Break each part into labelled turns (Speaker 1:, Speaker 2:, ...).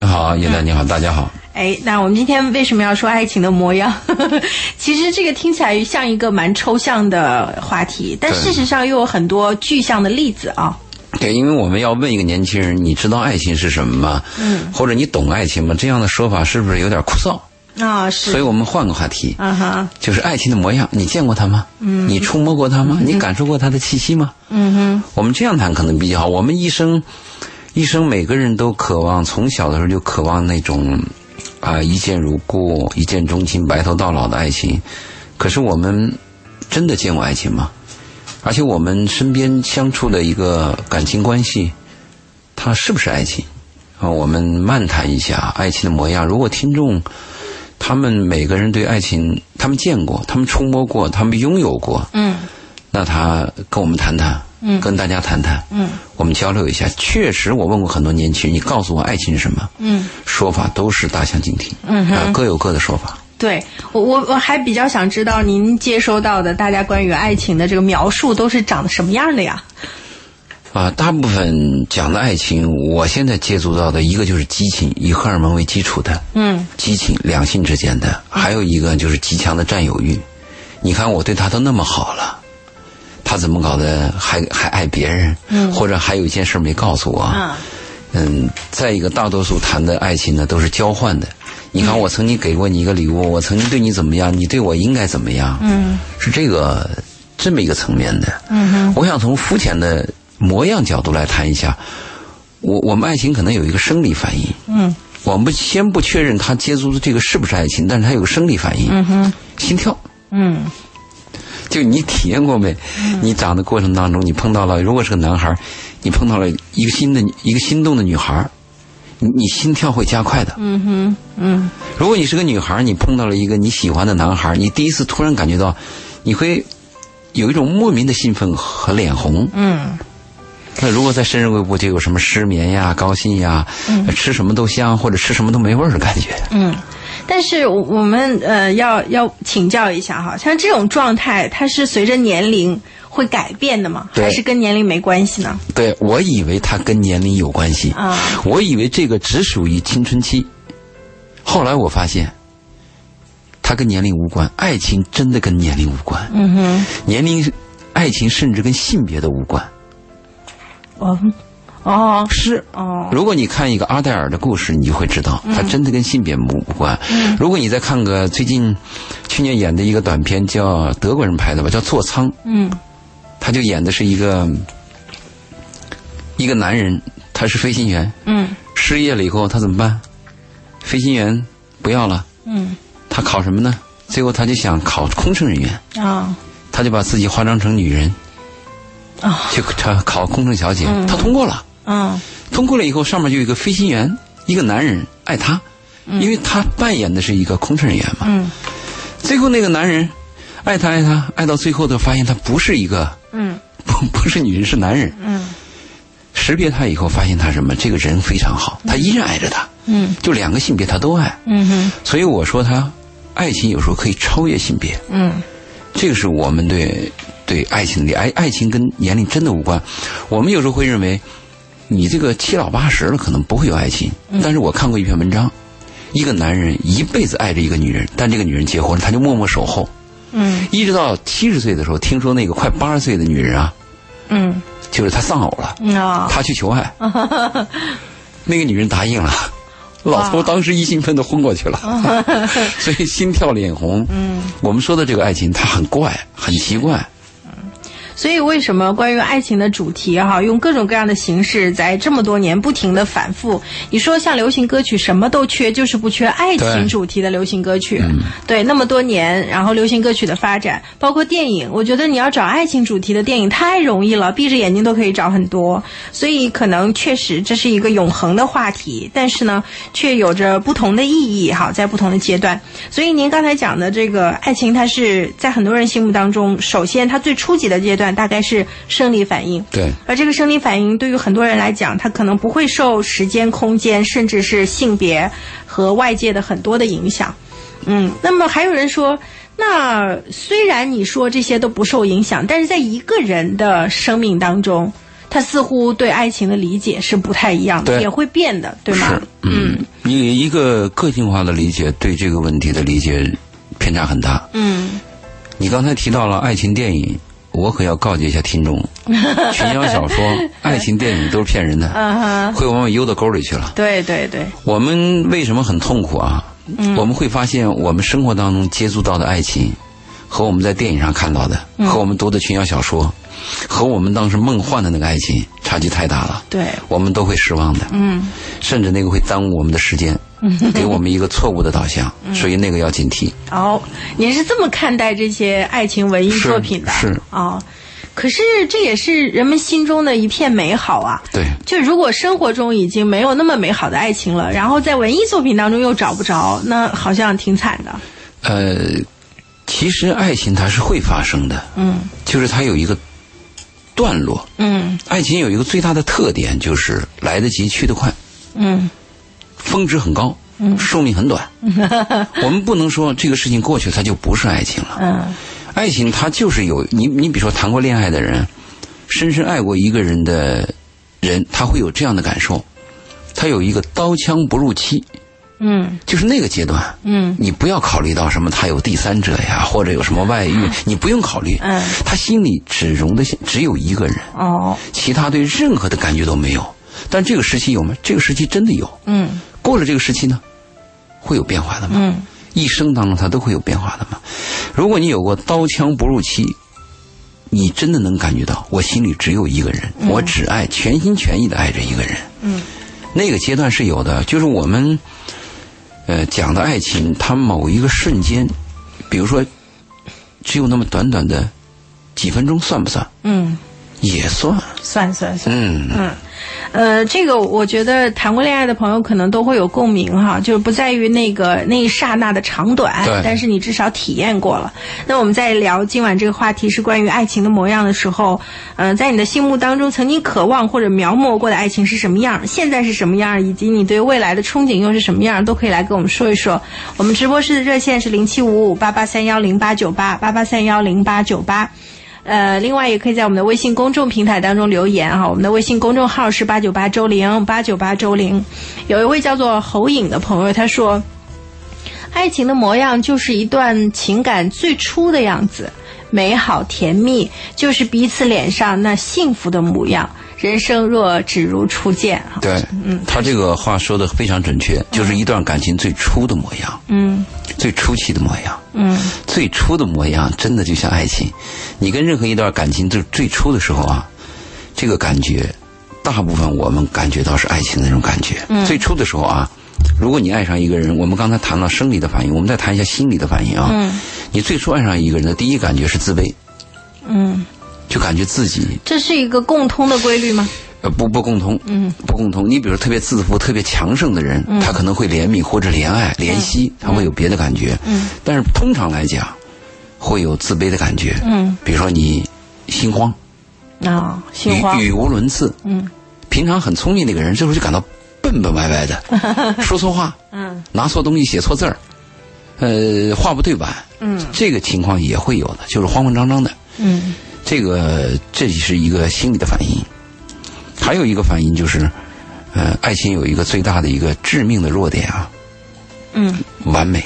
Speaker 1: 好，叶楠你好，大家好。
Speaker 2: 哎，那我们今天为什么要说爱情的模样？ 其实这个听起来像一个蛮抽象的话题，但
Speaker 1: 对
Speaker 2: 事实上又有很多具象的例子啊。
Speaker 1: 对，因为我们要问一个年轻人，你知道爱情是什么吗？嗯，或者你懂爱情吗？这样的说法是不是有点枯燥？
Speaker 2: 啊、
Speaker 1: 所以
Speaker 2: 是，
Speaker 1: 我们换个话题，
Speaker 2: 啊哈，
Speaker 1: 就是爱情的模样，你见过它吗？嗯，你触摸过它吗？你感受过它的气息吗？
Speaker 2: 嗯
Speaker 1: 我们这样谈可能比较好。我们一生，一生每个人都渴望，从小的时候就渴望那种啊、一见如故、一见钟情、白头到老的爱情。可是我们真的见过爱情吗？而且我们身边相处的一个感情关系，它是不是爱情？啊，我们漫谈一下爱情的模样。如果听众他们每个人对爱情，他们见过，他们触摸过，他们拥有过，
Speaker 2: 哼，嗯
Speaker 1: 那他跟我们谈谈，嗯，跟大家谈谈，
Speaker 2: 嗯，
Speaker 1: 我们交流一下。确实，我问过很多年轻人，你告诉我爱情是什么？
Speaker 2: 嗯，
Speaker 1: 说法都是大相径庭，嗯啊、各有各的说法。
Speaker 2: 对我我我还比较想知道您接收到的大家关于爱情的这个描述都是长得什么样的呀？
Speaker 1: 啊，大部分讲的爱情，我现在接触到的一个就是激情，以荷尔蒙为基础的，
Speaker 2: 嗯
Speaker 1: 激情，两性之间的；还有一个就是极强的占有欲。你看我对他都那么好了，他怎么搞的还还爱别人？嗯，或者还有一件事没告诉我。
Speaker 2: 啊
Speaker 1: 嗯，再一个，大多数谈的爱情呢都是交换的。你看，我曾经给过你一个礼物，我曾经对你怎么样，你对我应该怎么样？嗯，是这个这么一个层面的。嗯哼，我想从肤浅的模样角度来谈一下，我我们爱情可能有一个生理反应。
Speaker 2: 嗯，
Speaker 1: 我们先不确认他接触的这个是不是爱情，但是他有个生理反应。嗯哼，心跳。
Speaker 2: 嗯
Speaker 1: 就你体验过没？你长的过程当中，你碰到了，如果是个男孩儿，你碰到了一个新的一个心动的女孩儿，你你心跳会加快的。
Speaker 2: 嗯哼嗯
Speaker 1: 如果你是个女孩儿，你碰到了一个你喜欢的男孩儿，你第一次突然感觉到，你会有一种莫名的兴奋和脸红。
Speaker 2: 嗯
Speaker 1: 那如果再深入一步，就有什么失眠呀、高兴呀，吃什么都香，或者吃什么都没味儿的感觉。
Speaker 2: 嗯。但是我我们呃要要请教一下哈，像这种状态，它是随着年龄会改变的吗？
Speaker 1: 对
Speaker 2: 还是跟年龄没关系呢？
Speaker 1: 对我以为它跟年龄有关系
Speaker 2: 啊
Speaker 1: 我以为这个只属于青春期，后来我发现，它跟年龄无关，爱情真的跟年龄无关，
Speaker 2: 嗯哼，
Speaker 1: 年龄、爱情甚至跟性别都无关。
Speaker 2: 哦哦
Speaker 1: 是，
Speaker 2: 哦，嗯
Speaker 1: 如果你看一个阿黛尔的故事，你就会知道，它真的跟性别无无关。如果你再看个最近去年演的一个短片，叫德国人拍的吧，叫《座舱》，
Speaker 2: 嗯
Speaker 1: 他就演的是一个一个男人，他是飞行员，
Speaker 2: 嗯
Speaker 1: 失业了以后他怎么办？飞行员不要了，
Speaker 2: 嗯
Speaker 1: 他考什么呢？最后他就想考空乘人员，
Speaker 2: 啊
Speaker 1: 他就把自己化妆成女人，
Speaker 2: 啊
Speaker 1: 去考考空乘小姐，他通过了。
Speaker 2: 嗯
Speaker 1: 通过了以后，上面就有一个飞行员，一个男人爱他，因为他扮演的是一个空乘人员嘛。
Speaker 2: 嗯
Speaker 1: 最后那个男人爱他爱他爱到最后的发现，他不是一个
Speaker 2: 嗯
Speaker 1: 不不是女人是男人。
Speaker 2: 嗯
Speaker 1: 识别他以后，发现他什么？这个人非常好，他依然爱着他，
Speaker 2: 嗯
Speaker 1: 就两个性别他都爱。
Speaker 2: 嗯哼
Speaker 1: 所以我说他，爱情有时候可以超越性别，
Speaker 2: 嗯
Speaker 1: 这个是我们对对爱情的爱爱情跟年龄真的无关。我们有时候会认为，你这个七老八十了可能不会有爱情，但是我看过一篇文章，一个男人一辈子爱着一个女人，但这个女人结婚，他就默默守候，
Speaker 2: 嗯
Speaker 1: 一直到七十岁的时候，听说那个快八十岁的女人啊，
Speaker 2: 嗯
Speaker 1: 就是他丧偶了，
Speaker 2: 嗯啊
Speaker 1: 他去求爱，那个女人答应了。老头当时一兴奋都昏过去了，所以心跳脸红。嗯，我们说的这个爱情，它很怪，很奇怪。
Speaker 2: 所以，为什么关于爱情的主题哈、用各种各样的形式，在这么多年不停的反复？你说像流行歌曲什么都缺，就是不缺爱
Speaker 1: 对
Speaker 2: 情主题的流行歌曲。对，那么多年，然后流行歌曲的发展，包括电影，我觉得你要找爱情主题的电影太容易了，闭着眼睛都可以找很多。所以，可能确实这是一个永恒的话题，但是呢，却有着不同的意义哈，在不同的阶段。所以您刚才讲的这个爱情，它是在很多人心目当中，首先它最初级的阶段大概是生理反应，
Speaker 1: 对，
Speaker 2: 而这个生理反应对于很多人来讲，它可能不会受时间、空间，甚至是性别和外界的很多的影响。嗯，那么还有人说，那虽然你说这些都不受影响，但是在一个人的生命当中，他似乎对爱情的理解是不太一样的，
Speaker 1: 对
Speaker 2: 也会变的，对吗？
Speaker 1: 是，嗯，你一个个性化的理解对这个问题的理解偏差很大。
Speaker 2: 嗯，
Speaker 1: 你刚才提到了爱情电影，我可要告诫一下听 众：群妖小说、爱情电影都是骗人的，
Speaker 2: 嗯哼，
Speaker 1: 会往往悠到沟里去了。
Speaker 2: 对对对，
Speaker 1: 我们为什么很痛苦啊？
Speaker 2: 嗯
Speaker 1: 我们会发现，我们生活当中接触到的爱情，和我们在电影上看到的，
Speaker 2: 嗯
Speaker 1: 和我们读的群妖小说，和我们当时梦幻的那个爱情差距太大了。
Speaker 2: 对，
Speaker 1: 我们都会失望的，
Speaker 2: 嗯
Speaker 1: 甚至那个会耽误我们的时间，给我们一个错误的导向，
Speaker 2: 嗯
Speaker 1: 所以那个要警惕。
Speaker 2: 哦，您是这么看待这些爱情文艺
Speaker 1: 是
Speaker 2: 作品的？
Speaker 1: 是
Speaker 2: 哦，可是这也是人们心中的一片美好啊。
Speaker 1: 对，
Speaker 2: 就如果生活中已经没有那么美好的爱情了，然后在文艺作品当中又找不着，那好像挺惨的。
Speaker 1: 呃，其实爱情它是会发生的，
Speaker 2: 嗯
Speaker 1: 就是它有一个段落。
Speaker 2: 嗯
Speaker 1: 爱情有一个最大的特点就是来得及，去得快。
Speaker 2: 嗯
Speaker 1: 峰值很高，寿命很 短。我们不能说这个事情过去它就不是爱情了。
Speaker 2: 嗯
Speaker 1: 爱情它就是有你，你比如说谈过恋爱的人，深深爱过一个人的人，他会有这样的感受，他有一个刀枪不入期，
Speaker 2: 嗯
Speaker 1: 就是那个阶段。
Speaker 2: 嗯
Speaker 1: 你不要考虑到什么他有第三者呀，或者有什么外遇，你不用考虑。
Speaker 2: 嗯
Speaker 1: 他心里只容得下只有一个人，
Speaker 2: 哦
Speaker 1: 其他对任何的感觉都没有。但这个时期有吗？这个时期真的有。
Speaker 2: 嗯
Speaker 1: 过了这个时期呢，会有变化的嘛？
Speaker 2: 嗯
Speaker 1: 一生当中它都会有变化的嘛。如果你有过刀枪不入期，你真的能感觉到，我心里只有一个人，我只爱全心全意的爱着一个人。
Speaker 2: 嗯，
Speaker 1: 那个阶段是有的，就是我们，呃，讲的爱情，它某一个瞬间，比如说，只有那么短短的几分钟，算不算？
Speaker 2: 嗯，
Speaker 1: 也算。
Speaker 2: 算算算。
Speaker 1: 嗯，
Speaker 2: 呃，这个我觉得谈过恋爱的朋友可能都会有共鸣哈，就是不在于那个那一刹那的长短
Speaker 1: 对，
Speaker 2: 但是你至少体验过了。那我们在聊今晚这个话题是关于爱情的模样的时候，嗯、在你的心目当中曾经渴望或者描摹过的爱情是什么样，现在是什么样，以及你对未来的憧憬又是什么样，都可以来跟我们说一说。我们直播室的热线是零七五五八八三幺零八九八八八三幺零八九八。呃，另外也可以在我们的微信公众平台当中留言哈，我们的微信公众号是八九八周玲八九八周玲。有一位叫做侯颖的朋友，他说，爱情的模样就是一段情感最初的样子，美好甜蜜，就是彼此脸上那幸福的模样。人生若只如初见哈，
Speaker 1: 对，他这个话说的非常准确，就是一段感情最初的模样，
Speaker 2: 嗯
Speaker 1: 最初期的模样。
Speaker 2: 嗯
Speaker 1: 最初的模样，真的就像爱情。你跟任何一段感情最最初的时候啊，这个感觉，大部分我们感觉到是爱情的那种感觉。
Speaker 2: 嗯
Speaker 1: 最初的时候啊，如果你爱上一个人，我们刚才谈到生理的反应，我们再谈一下心理的反应啊。
Speaker 2: 嗯
Speaker 1: 你最初爱上一个人的第一感觉是自卑，
Speaker 2: 嗯，
Speaker 1: 就感觉自己
Speaker 2: 这是一个共通的规律吗？
Speaker 1: 呃不不共同，嗯，不共同。你比如说特别自负、特别强盛的人，
Speaker 2: 嗯
Speaker 1: 他可能会怜悯或者怜爱、怜惜，他会有别的感觉。
Speaker 2: 嗯，
Speaker 1: 但是通常来讲，会有自卑的感觉。
Speaker 2: 嗯
Speaker 1: 比如说你心慌，
Speaker 2: 啊、心慌
Speaker 1: 语语无伦次，
Speaker 2: 嗯
Speaker 1: 平常很聪明的一个人，这时候就感到笨笨歪歪 的，说错话，
Speaker 2: 嗯
Speaker 1: 拿错东西，写错字儿，呃，话不对版，
Speaker 2: 嗯
Speaker 1: 这个情况也会有的，就是慌慌张张的。
Speaker 2: 嗯
Speaker 1: 这个这是一个心理的反应，还有一个反应就是，呃，爱情有一个最大的一个致命的弱点啊，
Speaker 2: 嗯，
Speaker 1: 完美。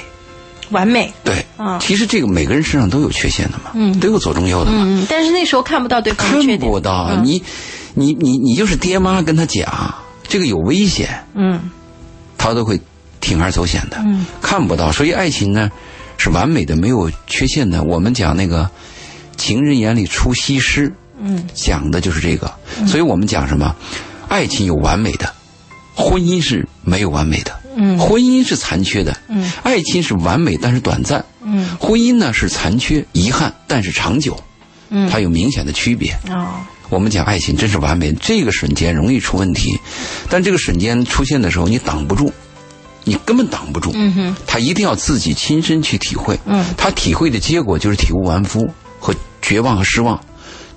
Speaker 2: 完美。
Speaker 1: 对，
Speaker 2: 嗯
Speaker 1: 其实这个每个人身上都有缺陷的嘛，
Speaker 2: 嗯
Speaker 1: 都有左中右的嘛。
Speaker 2: 嗯，但是那时候看不到对方的缺
Speaker 1: 看
Speaker 2: 点。嗯
Speaker 1: 不到、啊你，你你你就是爹妈跟他讲这个有危险，
Speaker 2: 嗯
Speaker 1: 他都会铤而走险的。
Speaker 2: 嗯
Speaker 1: 看不到，所以爱情呢是完美的，没有缺陷的。我们讲那个情人眼里出西施，
Speaker 2: 嗯
Speaker 1: 讲的就是这个。所以我们讲什么，爱情有完美的，婚姻是没有完美的，
Speaker 2: 嗯
Speaker 1: 婚姻是残缺的，
Speaker 2: 嗯
Speaker 1: 爱情是完美但是短暂，
Speaker 2: 嗯
Speaker 1: 婚姻呢是残缺遗憾但是长久，
Speaker 2: 嗯
Speaker 1: 它有明显的区别。
Speaker 2: 哦
Speaker 1: 我们讲爱情真是完美，这个瞬间容易出问题，但这个瞬间出现的时候，你挡不住，你根本挡不住。
Speaker 2: 嗯哼
Speaker 1: 他一定要自己亲身去体会。
Speaker 2: 嗯
Speaker 1: 他体会的结果就是体无完肤和绝望和失望。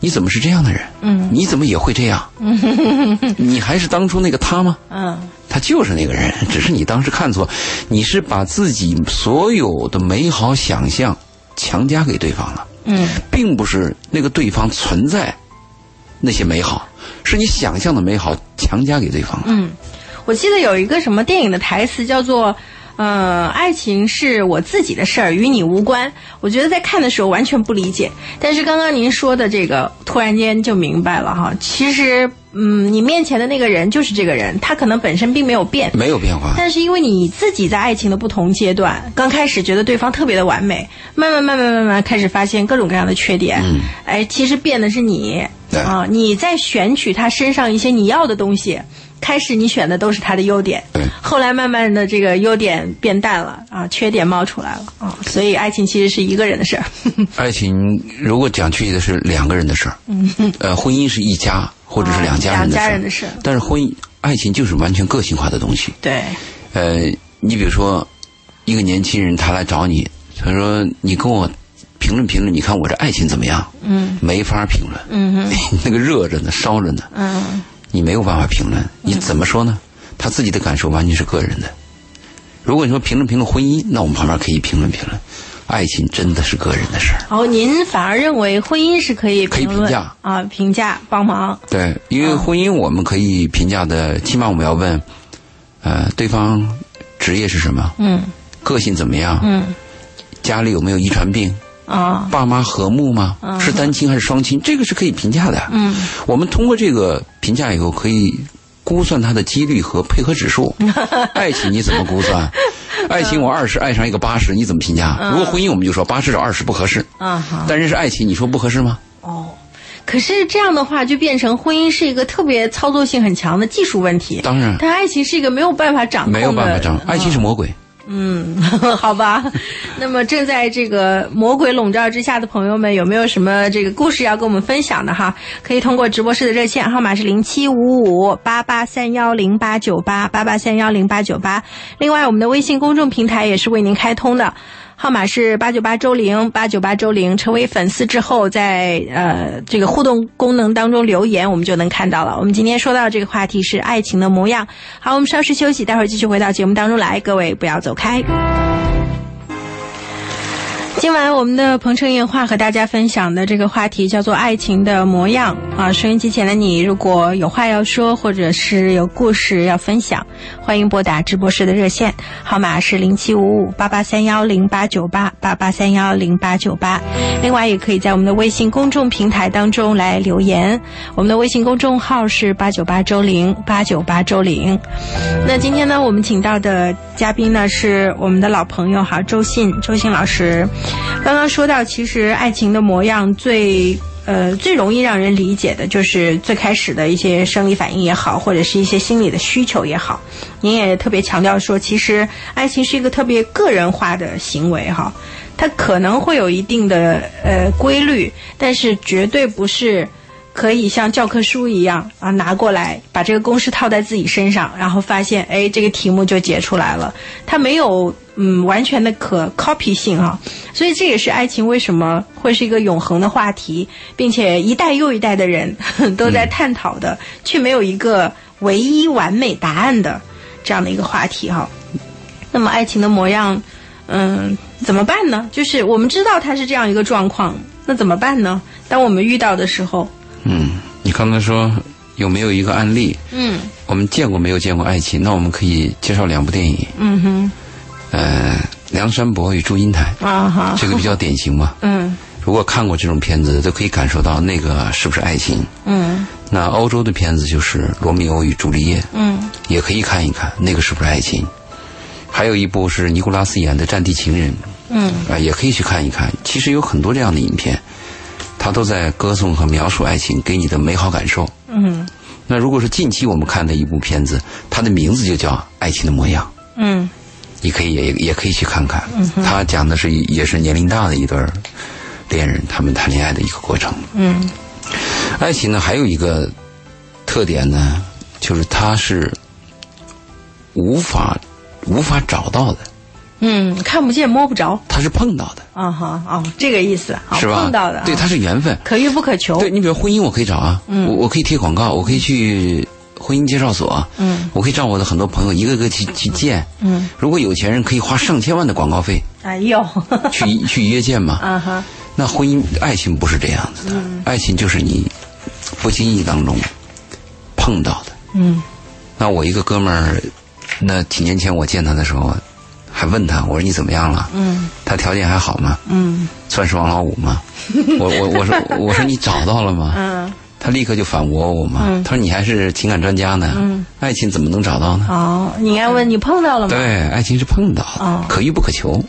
Speaker 1: 你怎么是这样的人？
Speaker 2: 嗯
Speaker 1: 你怎么也会这 样？你还是当初那个他吗？
Speaker 2: 嗯
Speaker 1: 他就是那个人， 只是你当时看错，你是把自己所有的美好想象强加给对方了。
Speaker 2: 嗯
Speaker 1: 并不是那个对方存在那些美好，是你想象的美好强加给对方了。
Speaker 2: 嗯。我记得有一个什么电影的台词叫做。呃，爱情是我自己的事儿，与你无关。我觉得在看的时候完全不理解，但是刚刚您说的这个，突然间就明白了哈。其实，嗯，你面前的那个人就是这个人，他可能本身并没有变，
Speaker 1: 没有变化。
Speaker 2: 但是因为你自己在爱情的不同阶段，刚开始觉得对方特别的完美，慢慢慢慢慢慢开始发现各种各样的缺点。嗯，哎，其实变的是你
Speaker 1: 哎
Speaker 2: 啊、呃，你在选取他身上一些你要的东西。开始你选的都是他的优点，后来慢慢的这个优点变淡了啊，缺点冒出来了啊，所以爱情其实是一个人的 事儿。
Speaker 1: 爱情如果讲具体的是两个人的事儿，嗯，呃，婚姻是一家或者是两家人的事儿，
Speaker 2: 啊两家人的事儿。
Speaker 1: 但是婚姻爱情就是完全个性化的东西。
Speaker 2: 对，
Speaker 1: 呃，你比如说一个年轻人他来找你，他说你跟我。评论评论，你看我这爱情怎么样？
Speaker 2: 嗯，
Speaker 1: 没法评论。
Speaker 2: 嗯
Speaker 1: 那个热着呢，烧着呢。
Speaker 2: 嗯。
Speaker 1: 你没有办法评论，你怎么说呢？他自己的感受完全是个人的。如果你说评论评论婚姻，那我们旁边可以评论评论。爱情真的是个人的事儿。
Speaker 2: 哦，您反而认为婚姻是可以
Speaker 1: 可以评价
Speaker 2: 啊，评价帮忙。
Speaker 1: 对，因
Speaker 2: 嗯
Speaker 1: 为婚姻我们可以评价的，起码我们要问，呃，对方职业是什么？
Speaker 2: 嗯。
Speaker 1: 个性怎么样？
Speaker 2: 嗯。
Speaker 1: 家里有没有遗传病？
Speaker 2: 啊、哦，
Speaker 1: 爸妈和睦吗、
Speaker 2: 嗯？
Speaker 1: 是单亲还是双亲？这个是可以评价的。
Speaker 2: 嗯，
Speaker 1: 我们通过这个评价以后，可以估算它的几率和配合指 数。爱情你怎么估算？爱情我二十爱上一个八十，你怎么评价？
Speaker 2: 嗯、
Speaker 1: 如果婚姻，我们就说八十找二十不合适。
Speaker 2: 啊、
Speaker 1: 嗯，但认识爱情，你说不合适吗？
Speaker 2: 哦，可是这样的话，就变成婚姻是一个特别操作性很强的技术问题。
Speaker 1: 当然，
Speaker 2: 但爱情是一个没有办法掌控的。
Speaker 1: 没有办法掌控，爱情是魔鬼。
Speaker 2: 嗯， 好吧。那么正在这个魔鬼笼罩之下的朋友们，有没有什么这个故事要跟我们分享的哈？可以通过直播室的热线号码是零七五五八八三幺零八九八八八三幺零八九八。另外，我们的微信公众平台也是为您开通的。号码是八九八周零八九八周零，成为粉丝之后在，在呃这个互动功能当中留言，我们就能看到了。我们今天说到这个话题是爱情的模样。好，我们稍事休息，待会儿继续回到节目当中来，各位不要走开。今晚我们的鹏城夜话和大家分享的这个话题叫做“爱情的模样”啊，收音机前的你如果有话要说，或者是有故事要分享，欢迎拨打直播室的热线号码是零七五五八八三幺零八九八八八三幺零八九八。另外，也可以在我们的微信公众平台当中来留言，我们的微信公众号是八九八周零八九八周零。那今天呢，我们请到的嘉宾呢是我们的老朋友哈，周信，周信老师。刚刚说到，其实爱情的模样最呃最容易让人理解的，就是最开始的一些生理反应也好，或者是一些心理的需求也好。您也特别强调说，其实爱情是一个特别个人化的行为哈，它可能会有一定的呃规律，但是绝对不是。可以像教科书一样啊，拿过来把这个公式套在自己身上，然后发现，哎，这个题目就解出来了。它没有嗯完全的可 copy 性啊，所以这也是爱情为什么会是一个永恒的话题，并且一代又一代的人都在探讨的、嗯，却没有一个唯一完美答案的这样的一个话题哈、啊。那么爱情的模样，嗯，怎么办呢？就是我们知道它是这样一个状况，那怎么办呢？当我们遇到的时候。
Speaker 1: 嗯，你刚才说有没有一个案例？
Speaker 2: 嗯，
Speaker 1: 我们见过没有见过爱情？那我们可以介绍两部电影。
Speaker 2: 嗯哼，
Speaker 1: 呃，《梁山伯与祝英台》
Speaker 2: 啊哈，
Speaker 1: 这个比较典型嘛。
Speaker 2: 嗯，
Speaker 1: 如果看过这种片子，都可以感受到那个是不是爱情。
Speaker 2: 嗯，
Speaker 1: 那欧洲的片子就是《罗密欧与朱丽叶》。
Speaker 2: 嗯，
Speaker 1: 也可以看一看那个是不是爱情。还有一部是尼古拉斯演的《战地情人》。
Speaker 2: 嗯，
Speaker 1: 啊、呃，也可以去看一看。其实有很多这样的影片。他都在歌颂和描述爱情给你的美好感受。
Speaker 2: 嗯，
Speaker 1: 那如果是近期我们看的一部片子，它的名字就叫《爱情的模样》。
Speaker 2: 嗯，
Speaker 1: 你可以也也可以去看看。
Speaker 2: 嗯，
Speaker 1: 他讲的是也是年龄大的一对恋人，他们谈恋爱的一个过程。
Speaker 2: 嗯，
Speaker 1: 爱情呢还有一个特点呢，就是它是无法无法找到的。
Speaker 2: 嗯，看不见摸不着，
Speaker 1: 他是碰到的
Speaker 2: 啊哈哦，这个意思，
Speaker 1: 是吧？
Speaker 2: 碰到的，啊
Speaker 1: 对，他是缘分，
Speaker 2: 可遇不可求。
Speaker 1: 对你比如婚姻，我可以找啊，
Speaker 2: 哦嗯，
Speaker 1: 我我可以贴广告，我可以去婚姻介绍所，
Speaker 2: 嗯，
Speaker 1: 我可以找我的很多朋友一个个去去见，
Speaker 2: 嗯，
Speaker 1: 如果有钱人可以花上千万的广告费，
Speaker 2: 哎呦，
Speaker 1: 去去约见嘛，
Speaker 2: 啊哈，
Speaker 1: 那婚姻爱情不是这样子的、
Speaker 2: 嗯，
Speaker 1: 爱情就是你不经意当中碰到的，
Speaker 2: 嗯。
Speaker 1: 那我一个哥们儿，那几年前我见他的时候，还问他，我说你怎么样了？
Speaker 2: 嗯
Speaker 1: 他条件还好吗？
Speaker 2: 嗯
Speaker 1: 算是王老五 吗？我我我说我说你找到了吗？
Speaker 2: 嗯，
Speaker 1: 他立刻就反驳我嘛，
Speaker 2: 嗯
Speaker 1: 他说你还是情感专家呢，
Speaker 2: 嗯
Speaker 1: 爱情怎么能找到呢？
Speaker 2: 哦，你应该问你碰到了吗？
Speaker 1: 对，爱情是碰到的，
Speaker 2: 哦
Speaker 1: 可遇不可求，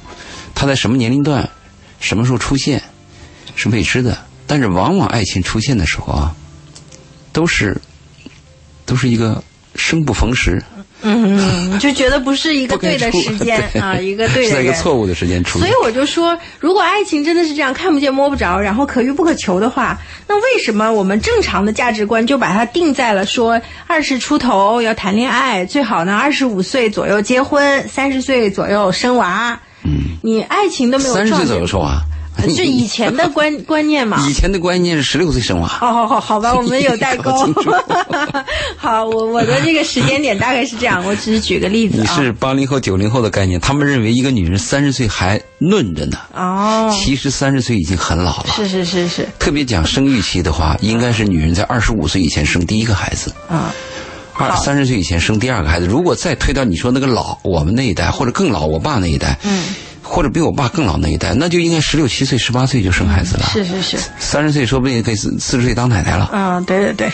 Speaker 1: 它在什么年龄段、什么时候出现是未知的。但是往往爱情出现的时候啊，都是都是一个生不逢时，
Speaker 2: 嗯，嗯，嗯就觉得不是一个
Speaker 1: 不该
Speaker 2: 对的
Speaker 1: 出
Speaker 2: 时间
Speaker 1: 对
Speaker 2: 啊，一个对
Speaker 1: 是
Speaker 2: 的
Speaker 1: 在一
Speaker 2: 人
Speaker 1: 个。错误的时间出
Speaker 2: 所
Speaker 1: 现
Speaker 2: 以。我就说，如果爱情真的是这样看不见摸不着，然后可遇不可求的话，那为什么我们正常的价值观就把它定在了说二十出头要谈恋爱，最好呢二十五岁左右结婚，三十岁左右生娃？嗯，你爱情都没有
Speaker 1: 三十
Speaker 2: 撞
Speaker 1: 岁左
Speaker 2: 见
Speaker 1: 右，说啊，
Speaker 2: 呃就以前哦 的观观念嘛。
Speaker 1: 以前的观念是十六岁生娃，
Speaker 2: 好好好，好吧，我们 有代沟
Speaker 1: 搞清楚。
Speaker 2: 好，我我的这个时间点大概是这样，我只是举个例子
Speaker 1: 你
Speaker 2: 啊。
Speaker 1: 是八零后、九零后的概念，他们认为一个女人三十岁还嫩着呢，
Speaker 2: 哦，
Speaker 1: 其实三十岁已经很老了。
Speaker 2: 是是是是，
Speaker 1: 特别讲生育期的话，应该是女人在二十五岁以前生第一个孩子，
Speaker 2: 啊、
Speaker 1: 二三十岁以前生第二个孩子。如果再推到你说那个老我们那一代，或者更老我爸那一代，
Speaker 2: 嗯，
Speaker 1: 或者比我爸更老那一代，那就应该十六七岁、十八岁就生孩子了。
Speaker 2: 是是是。
Speaker 1: 三十岁说不定可以四四十岁当奶奶了。
Speaker 2: 嗯，对对对，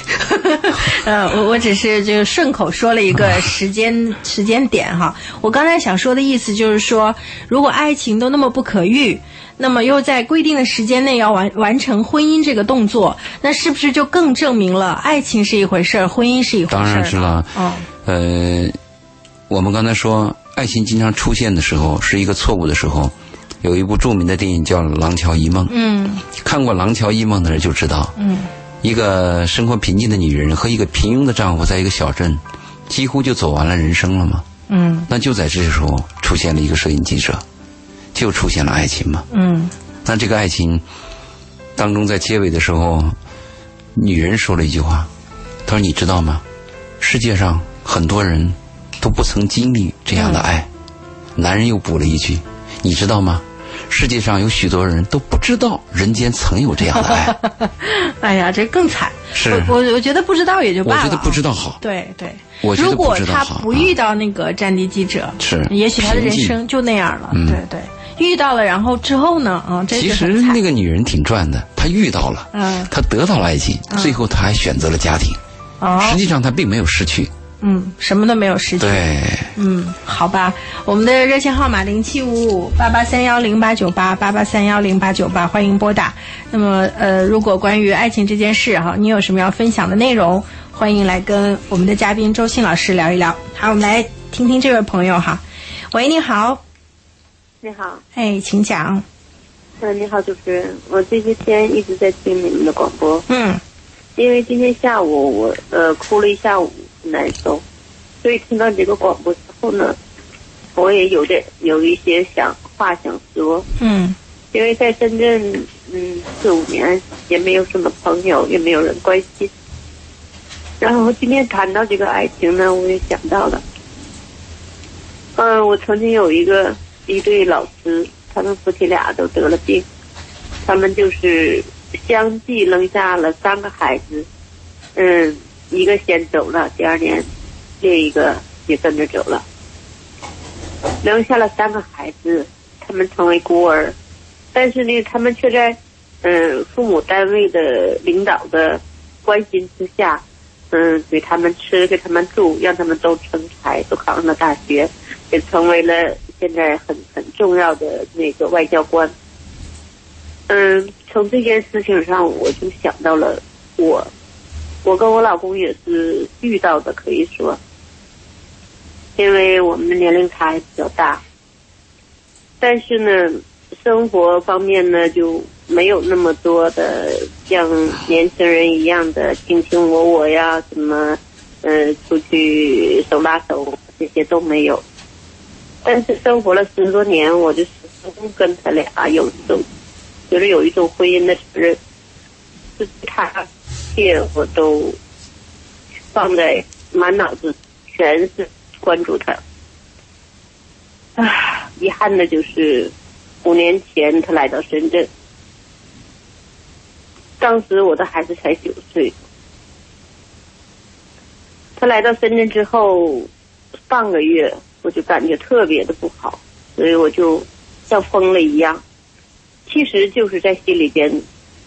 Speaker 2: 呃，我我只是就顺口说了一个
Speaker 1: 啊
Speaker 2: 时间时间点哈。我刚才想说的意思就是说，如果爱情都那么不可遇，那么又在规定的时间内要完完成婚姻这个动作，那是不是就更证明了爱情是一回事儿，婚姻是一回事儿？
Speaker 1: 当然是。了。
Speaker 2: 嗯
Speaker 1: 呃，我们刚才说爱情经常出现的时候是一个错误的时候，有一部著名的电影叫《廊桥遗梦》。
Speaker 2: 嗯
Speaker 1: 看过《廊桥遗梦》的人就知道，
Speaker 2: 嗯，
Speaker 1: 一个生活平静的女人和一个平庸的丈夫在一个小镇，几乎就走完了人生了嘛。
Speaker 2: 嗯
Speaker 1: 那就在这时候出现了一个摄影记者，就出现了爱情嘛。
Speaker 2: 嗯
Speaker 1: 那这个爱情当中，在结尾的时候，女人说了一句话，她说：“你知道吗？世界上很多人都不曾经历这样的爱。男人又补了一句：“你知道吗？世界上有许多人都不知道人间曾有这样的 爱。
Speaker 2: 哎呀，这更惨。
Speaker 1: 是
Speaker 2: 我我我觉得不知道也就
Speaker 1: 我
Speaker 2: 罢了啊。
Speaker 1: 觉得不知道好，
Speaker 2: 对对，
Speaker 1: 我觉得
Speaker 2: 如果
Speaker 1: 不知道
Speaker 2: 他
Speaker 1: 好
Speaker 2: 不遇到那个战地记者，
Speaker 1: 是
Speaker 2: 也许他的人
Speaker 1: 平静
Speaker 2: 生就那样了。
Speaker 1: 嗯
Speaker 2: 对对，遇到了，然后之后呢？啊、这
Speaker 1: 其
Speaker 2: 就
Speaker 1: 实
Speaker 2: 很惨
Speaker 1: 那个女人挺赚的，她遇到了，
Speaker 2: 嗯
Speaker 1: 她得到了爱情，最后她还选择了家庭。
Speaker 2: 哦，
Speaker 1: 实际上她并没有失去，
Speaker 2: 嗯，什么都没有失去。
Speaker 1: 对，
Speaker 2: 嗯，好吧，我们的热线号码零七五五八八三幺零八九八八八三幺零八九八，欢迎拨打。那么，呃，如果关于爱情这件事哈，你有什么要分享的内容，欢迎来跟我们的嘉宾周信老师聊一聊。好，我们来听听这位朋友哈。喂，你好，
Speaker 3: 你好，
Speaker 2: 哎，请讲。
Speaker 3: 嗯，你好，主持人，我这些天一直在听你们的广播，
Speaker 2: 嗯，
Speaker 3: 因为今天下午我呃哭了一下午，难受，所以听到你这个广播之后呢，我也有点有一些想话想说，
Speaker 2: 嗯
Speaker 3: 因为在深圳，嗯，四五年也没有什么朋友，也没有人关心。然后今天谈到这个爱情呢，我也想到了，嗯、我曾经有一个一对老师，他们夫妻俩都得了病，他们就是相继扔下了三个孩子，嗯，一个先走了，第二年另一个也跟着走了，扔下了三个孩子，他们成为孤儿。但是呢，他们却在嗯、呃父母单位的领导的关心之下，嗯、给他们吃，给他们住，让他们都成才，都考上了大学，也成为了现在很很重要的那个外交官。嗯、从这件事情上，我就想到了我，我跟我老公也是遇到的，可以说，因为我们的年龄差也比较大，但是呢，生活方面呢就没有那么多的像年轻人一样的卿卿我我呀，什么呃出去手拉手这些都没有。但是生活了十多年，我就始终跟他俩有一种，觉得有一种婚姻的责任，就是他一切我都放在满脑子，全是关注他。唉，遗憾的就是五年前他来到深圳，当时我的孩子才九岁，他来到深圳之后，半个月我就感觉特别的不好，所以我就像疯了一样，其实就是在心里边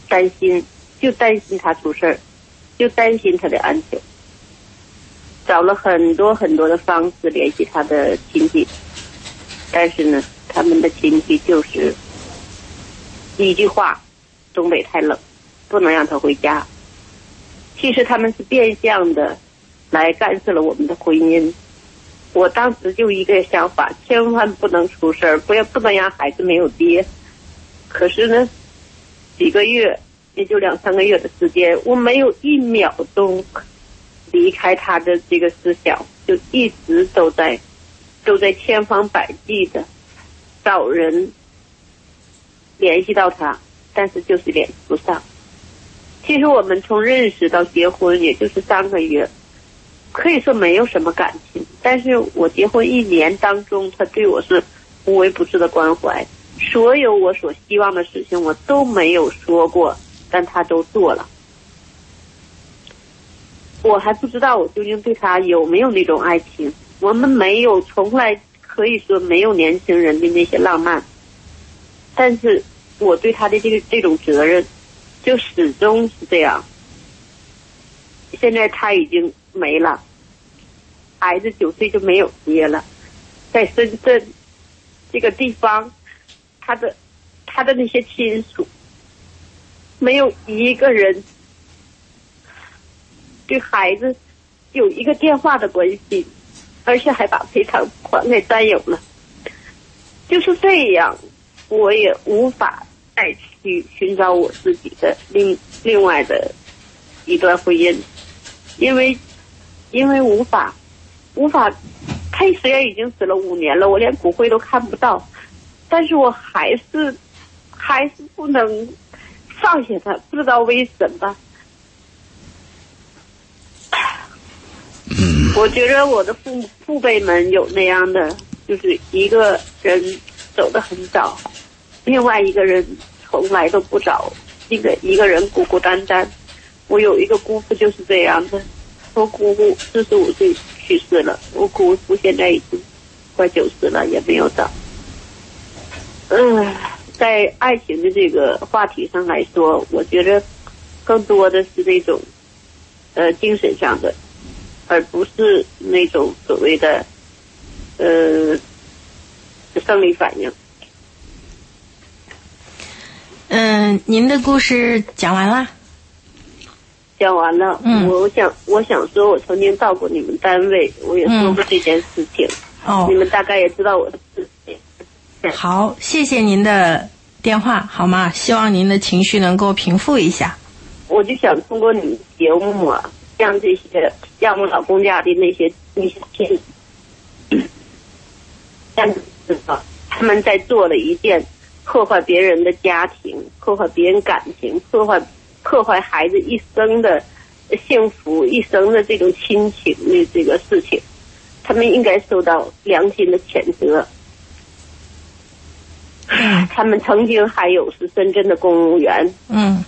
Speaker 3: 担心，就担心他出事儿，就担心他的安全。找了很多很多的方式联系他的亲戚，但是呢，他们的亲戚就是一句话：东北太冷，不能让他回家。其实他们是变相的来干涉了我们的婚姻。我当时就一个想法：千万不能出事儿，不要不能让孩子没有爹。可是呢，几个月也就两三个月的时间，我没有一秒钟。离开他的这个思想，就一直都在，都在千方百计的找人联系到他，但是就是联系不上。其实我们从认识到结婚也就是三个月，可以说没有什么感情。但是我结婚一年当中，他对我是无微不至的关怀，所有我所希望的事情我都没有说过，但他都做了。我还不知道我究竟对他有没有那种爱情。我们没有，从来可以说没有年轻人的那些浪漫。但是我对他的这个这种责任，就始终是这样。现在他已经没了，孩子九岁就没有爹了，在深圳这个地方，他的他的那些亲属，没有一个人。对孩子有一个电话的关系，而且还把赔偿款给占有了，就是这样，我也无法再去寻找我自己的另另外的一段婚姻，因为因为无法无法，他虽然已经死了五年了，我连骨灰都看不到，但是我还是还是不能放下他，不知道为什么。我觉着我的父父辈们有那样的，就是一个人走得很早，另外一个人从来都不早，那个一个人孤孤单单。我有一个姑父就是这样的，我姑姑四十五岁去世了，我姑父现在已经快九十了，也没有找。嗯，在爱情的这个话题上来说，我觉着更多的是那种呃精神上的。而不是那种所谓的，呃，生理反应。
Speaker 2: 嗯，您的故事讲完啦？
Speaker 3: 讲完了。
Speaker 2: 嗯
Speaker 3: 我想，我想说，我曾经到过你们单位，我也说过这件事情。
Speaker 2: 嗯哦
Speaker 3: 你，们大概也知道我的事情。
Speaker 2: 好，谢谢您的电话，好吗？希望您的情绪能够平复一下。
Speaker 3: 我就想通过你们节目啊，让这些让我老公家的那些那些亲，让你们知道他们在做了一件破坏别人的家庭、破坏别人感情、破坏破坏孩子一生的幸福、一生的这种亲情的这个事情，他们应该受到良心的谴责。他们曾经还有是深圳的公务员，
Speaker 2: 嗯，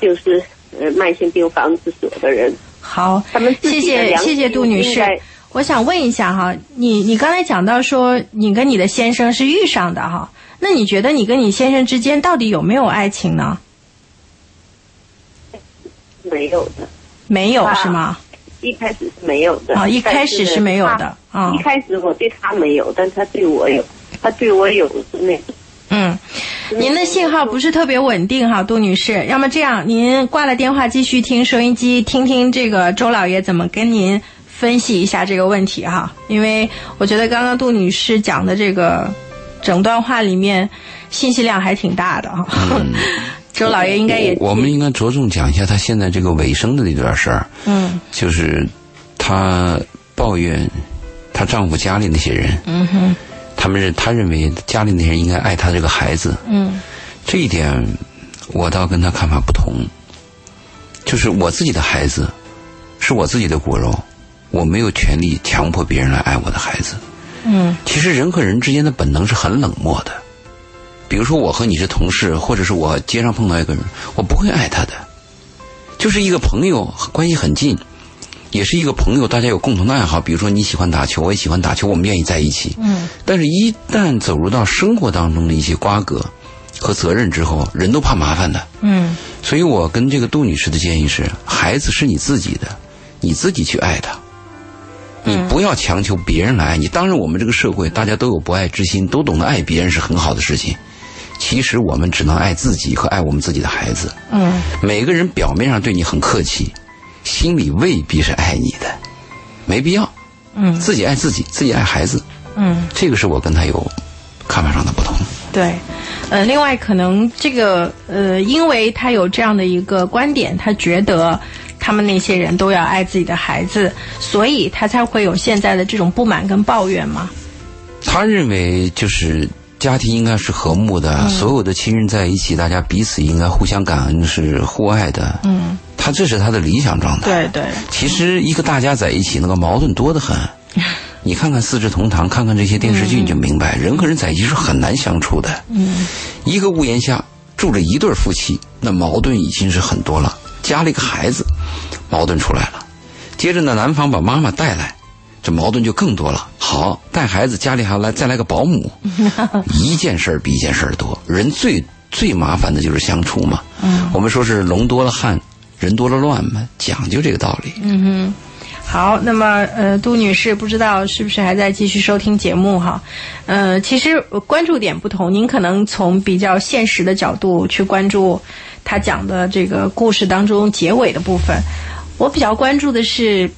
Speaker 3: 就是呃慢性病防治所的人。
Speaker 2: 好
Speaker 3: 咱们，自
Speaker 2: 谢
Speaker 3: 己的
Speaker 2: 谢
Speaker 3: 良
Speaker 2: 谢谢
Speaker 3: 心
Speaker 2: 杜女
Speaker 3: 应
Speaker 2: 士
Speaker 3: 该。
Speaker 2: 我想问一下哈，你你刚才讲到说你跟你的先生是遇上的哈，那你觉得你跟你先生之间到底有没有爱情呢？
Speaker 3: 没有的，
Speaker 2: 没有
Speaker 3: 啊
Speaker 2: 是吗？
Speaker 3: 一开始是没有的。
Speaker 2: 啊一开始是没有的
Speaker 3: 但是呢
Speaker 2: 啊
Speaker 3: 他一开始我对他没有，但他对我有，他对我有那个。
Speaker 2: 嗯，您的信号不是特别稳定哈，杜女士。要么这样，您挂了电话继续听收音机，听听这个周老爷怎么跟您分析一下这个问题哈。因为我觉得刚刚杜女士讲的这个整段话里面信息量还挺大的哈。 周老爷应该也
Speaker 1: 嗯我们应该着重讲一下他现在这个尾声的那段事儿，
Speaker 2: 嗯
Speaker 1: 就是她抱怨她丈夫家里那些人，
Speaker 2: 嗯哼
Speaker 1: 他们认她认为家里那些人应该爱她这个孩子，
Speaker 2: 嗯
Speaker 1: 这一点我倒跟她看法不同，就是我自己的孩子是我自己的骨肉，我没有权利强迫别人来爱我的孩子。
Speaker 2: 嗯
Speaker 1: 其实人和人之间的本能是很冷漠的。比如说，我和你是同事，或者是我街上碰到一个人，我不会爱他的，就是一个朋友，关系很近，也是一个朋友，大家有共同的爱好，比如说你喜欢打球，我也喜欢打球，我们愿意在一起。
Speaker 2: 嗯，
Speaker 1: 但是，一旦走入到生活当中的一些瓜葛和责任之后，人都怕麻烦的。
Speaker 2: 嗯，
Speaker 1: 所以我跟这个杜女士的建议是：孩子是你自己的，你自己去爱他，你不要强求别人来爱你。当然，我们这个社会大家都有不爱之心，都懂得爱别人是很好的事情。其实我们只能爱自己和爱我们自己的孩子。
Speaker 2: 嗯，
Speaker 1: 每个人表面上对你很客气，心里未必是爱你的，没必要。
Speaker 2: 嗯，
Speaker 1: 自己爱自己，自己爱孩子，
Speaker 2: 嗯，
Speaker 1: 这个是我跟他有看法上的不同。
Speaker 2: 对，呃，另外可能这个呃，因为他有这样的一个观点，他觉得他们那些人都要爱自己的孩子，所以他才会有现在的这种不满跟抱怨嘛。
Speaker 1: 他认为就是家庭应该是和睦的，所有的亲人在一起，大家彼此应该互相感恩，是互爱的。
Speaker 2: 嗯，
Speaker 1: 他这是他的理想状态。
Speaker 2: 对对，
Speaker 1: 其实一个大家在一起，那个矛盾多得很。你看看《四世同堂》，看看这些电视剧，你就明白，人和人在一起是很难相处的。
Speaker 2: 嗯，
Speaker 1: 一个屋檐下住着一对夫妻，那矛盾已经是很多了。加了一个孩子，矛盾出来了。接着呢，男方把妈妈带来，这矛盾就更多了。好，带孩子，家里还来再来个保姆，一件事儿比一件事儿多。人最最麻烦的就是相处嘛。嗯，我们说是龙多了汉，人多了乱嘛，讲究这个道理。
Speaker 2: 嗯哼，好，那么呃，杜女士不知道是不是还在继续收听节目哈？呃，其实呃关注点不同，您可能从比较现实的角度去关注他讲的这个故事当中结尾的部分。我比较关注的是，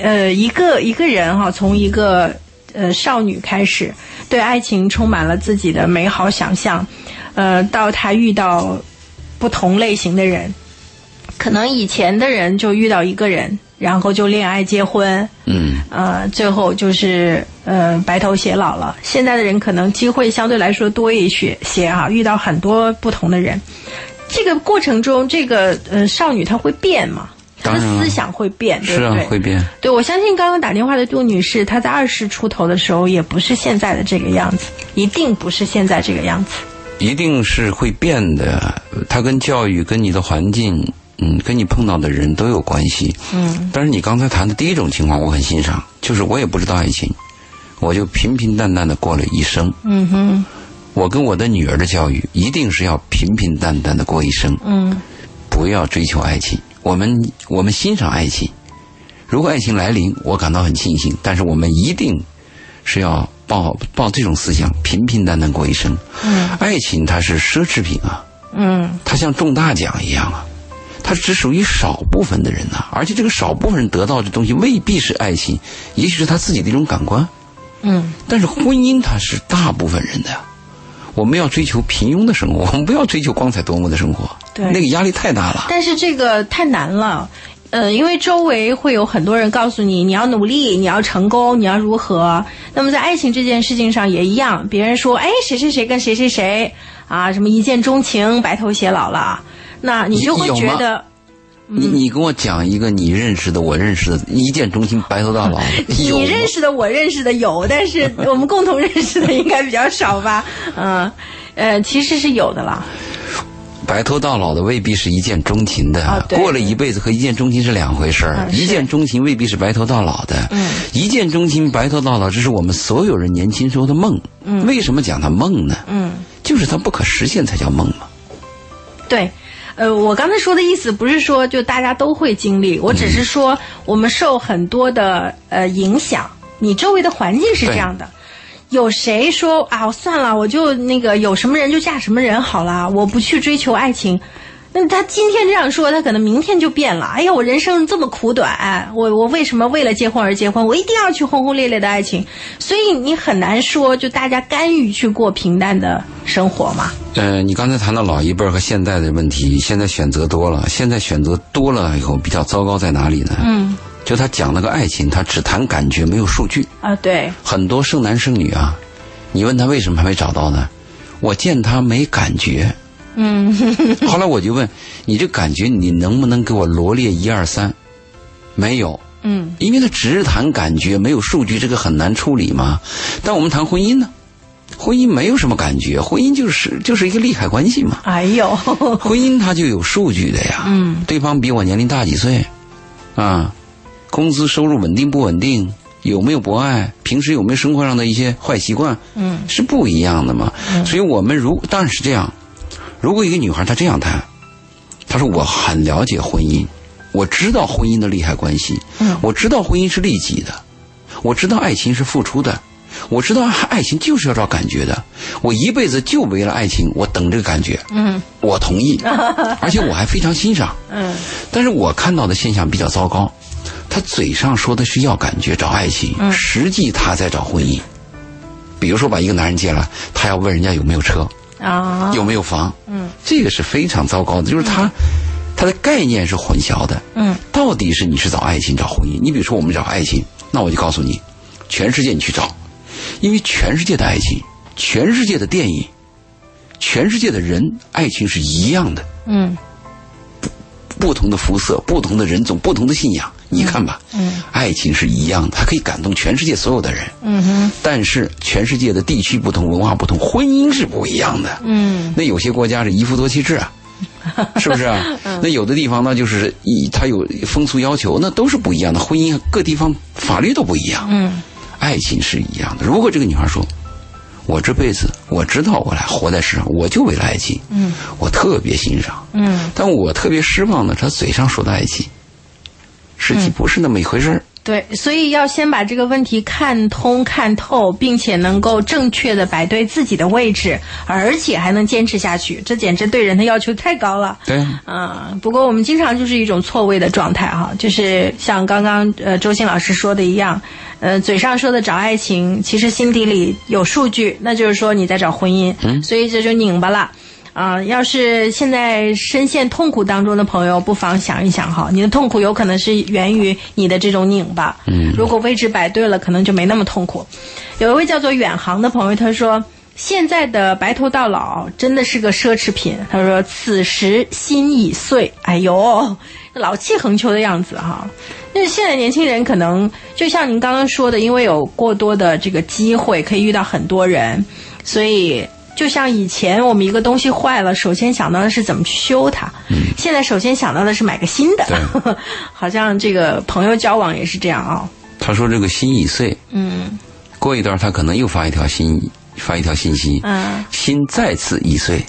Speaker 2: 呃，一个一个人哈，从一个呃少女开始，对爱情充满了自己的美好想象，呃，到她遇到不同类型的人，可能以前的人就遇到一个人，然后就恋爱结婚，
Speaker 1: 嗯，
Speaker 2: 呃，最后就是呃白头偕老了。现在的人可能机会相对来说多一些些啊，遇到很多不同的人。这个过程中，这个呃少女她会变嘛？她的
Speaker 1: 当然了
Speaker 2: 思想会变，对
Speaker 1: 是
Speaker 2: 不
Speaker 1: 啊
Speaker 2: 对？，
Speaker 1: 会变。
Speaker 2: 对，我相信刚刚打电话的杜女士，她在二十出头的时候也不是现在的这个样子，一定不是现在这个样子。
Speaker 1: 一定是会变的，它跟教育、跟你的环境，嗯，跟你碰到的人都有关系。
Speaker 2: 嗯，
Speaker 1: 但是你刚才谈的第一种情况，我很欣赏，就是我也不知道爱情，我就平平淡淡的过了一生。
Speaker 2: 嗯哼，
Speaker 1: 我跟我的女儿的教育，一定是要平平淡淡的过一生，
Speaker 2: 嗯
Speaker 1: 不要追求爱情。我们我们欣赏爱情，如果爱情来临，我感到很庆幸，但是我们一定是要抱抱这种思想，平平淡淡过一生。
Speaker 2: 嗯
Speaker 1: 爱情它是奢侈品啊。
Speaker 2: 嗯
Speaker 1: 它像中大奖一样啊，它只属于少部分的人呐、啊而且这个少部分人得到的东西未必是爱情，也许是他自己的一种感官。
Speaker 2: 嗯
Speaker 1: 但是婚姻它是大部分人的呀，我们要追求平庸的生活，我们不要追求光彩夺目的生活，
Speaker 2: 对
Speaker 1: 那个压力太大了。
Speaker 2: 但是这个太难了，呃，因为周围会有很多人告诉你，你要努力，你要成功，你要如何。那么在爱情这件事情上也一样，别人说，哎，谁谁谁跟谁谁谁啊，什么一见钟情，白头偕老了，那你就会
Speaker 1: 有
Speaker 2: 觉
Speaker 1: 吗
Speaker 2: 得
Speaker 1: 你
Speaker 2: 嗯
Speaker 1: 你跟我讲一个你认识的，我认识的，一见钟情，白头到 老，有
Speaker 2: 你
Speaker 1: 吗
Speaker 2: 认识的我认识的有，但是我们共同认识的应该比较少吧？嗯，呃，其实是有的啦。
Speaker 1: 白头到老的未必是一见钟情的，
Speaker 2: 啊对
Speaker 1: 过了一辈子和一见钟情是两回事儿、
Speaker 2: 嗯是
Speaker 1: 一见钟情未必是白头到老的，
Speaker 2: 嗯
Speaker 1: 一见钟情、白头到老，这是我们所有人年轻时候的梦。嗯、为什么讲它梦呢？
Speaker 2: 嗯，
Speaker 1: 就是它不可实现才叫梦嘛。
Speaker 2: 对。呃，我刚才说的意思不是说就大家都会经历，我只是说我们受很多的呃影响，你周围的环境是这样的。有谁说啊，算了，我就那个有什么人就嫁什么人好了，我不去追求爱情。那他今天这样说，他可能明天就变了。哎呀，我人生这么苦短，我我为什么为了结婚而结婚？我一定要去轰轰烈烈的爱情。所以你很难说，就大家甘于去过平淡的生活嘛。
Speaker 1: 呃，你刚才谈到老一辈儿和现代的问题，现在选择多了，现在选择多了以后比较糟糕在哪里呢？
Speaker 2: 嗯，
Speaker 1: 就他讲了个爱情，他只谈感觉，没有数据。
Speaker 2: 啊，对，
Speaker 1: 很多剩男剩女啊，你问他为什么还没找到呢？我见他没感觉。嗯， 后来我就问你这感觉，你能不能给我罗列一二三？没有，
Speaker 2: 嗯
Speaker 1: 因为他只谈感觉，没有数据，这个很难处理嘛。但我们谈婚姻呢，婚姻没有什么感觉，婚姻就是就是一个利害关系嘛。
Speaker 2: 哎呦，
Speaker 1: 婚姻它就有数据的呀，
Speaker 2: 嗯，
Speaker 1: 对方比我年龄大几岁，啊，工资收入稳定不稳定，有没有博爱，平时有没有生活上的一些坏习惯，
Speaker 2: 嗯，
Speaker 1: 是不一样的嘛。所以我们如当然是这样，如果一个女孩她这样谈，她说我很了解婚姻，我知道婚姻的利害关系，
Speaker 2: 嗯
Speaker 1: 我知道婚姻是利己的，我知道爱情是付出的。我知道爱情就是要找感觉的，我一辈子就为了爱情，我等这个感觉，
Speaker 2: 嗯
Speaker 1: 我同 意，而且我还非常欣赏。
Speaker 2: 嗯
Speaker 1: 但是我看到的现象比较糟糕，他嘴上说的是要感觉找爱情，
Speaker 2: 嗯
Speaker 1: 实际他在找婚姻。比如说把一个男人接来，他要问人家有没有车，
Speaker 2: 啊，
Speaker 1: 有没有房，
Speaker 2: 嗯，
Speaker 1: 这个是非常糟糕的，就是他、他的概念是混淆的。
Speaker 2: 嗯
Speaker 1: 到底是你是找爱情找婚姻？你比如说我们找爱情，那我就告诉你，全世界你去找，因为全世界的爱情，全世界的电影，全世界的人，爱情是一样的。
Speaker 2: 嗯
Speaker 1: 不同的肤色、不同的人种、不同的信仰，你看吧，
Speaker 2: 嗯
Speaker 1: 爱情是一样的，它可以感动全世界所有的人。
Speaker 2: 嗯哼
Speaker 1: 但是全世界的地区不同、文化不同，婚姻是不一样的。
Speaker 2: 嗯
Speaker 1: 那有些国家是一夫多妻制 啊，是不是啊？
Speaker 2: 嗯
Speaker 1: 那有的地方呢，就是以它有风俗要求，那都是不一样的。婚姻各地方法律都不一样，
Speaker 2: 嗯
Speaker 1: 爱情是一样的。如果这个女孩说：“我这辈子我知道我来活在世上，我就为了爱情，
Speaker 2: 嗯
Speaker 1: 我特别欣赏。”
Speaker 2: 嗯，
Speaker 1: 但我特别失望的，他嘴上说的爱情，实际不是那么一回事儿。
Speaker 2: 对，所以要先把这个问题看通看透，并且能够正确的摆对自己的位置，而且还能坚持下去，这简直对人的要求太高了。
Speaker 1: 对，
Speaker 2: 啊，不过我们经常就是一种错位的状态哈，就是像刚刚呃周信老师说的一样，呃，嘴上说的找爱情，其实心底里有数据，那就是说你在找婚姻，所以这就拧巴了。啊、要是现在深陷痛苦当中的朋友，不妨想一想哈，你的痛苦有可能是源于你的这种拧巴。嗯，如果位置摆对了，可能就没那么痛苦。有一位叫做远航的朋友，他说。现在的白头到老真的是个奢侈品。他说：“此时心已碎。”哎呦，老气横秋的样子哈。那现在年轻人可能就像您刚刚说的，因为有过多的这个机会，可以遇到很多人，所以就像以前我们一个东西坏了，首先想到的是怎么去修它，
Speaker 1: 嗯
Speaker 2: 现在首先想到的是买个新的。好像这个朋友交往也是这样啊、
Speaker 1: 他说这个心已碎，
Speaker 2: 嗯
Speaker 1: 过一段他可能又发一条信，发一条信息，
Speaker 2: 嗯
Speaker 1: 心再次易 碎。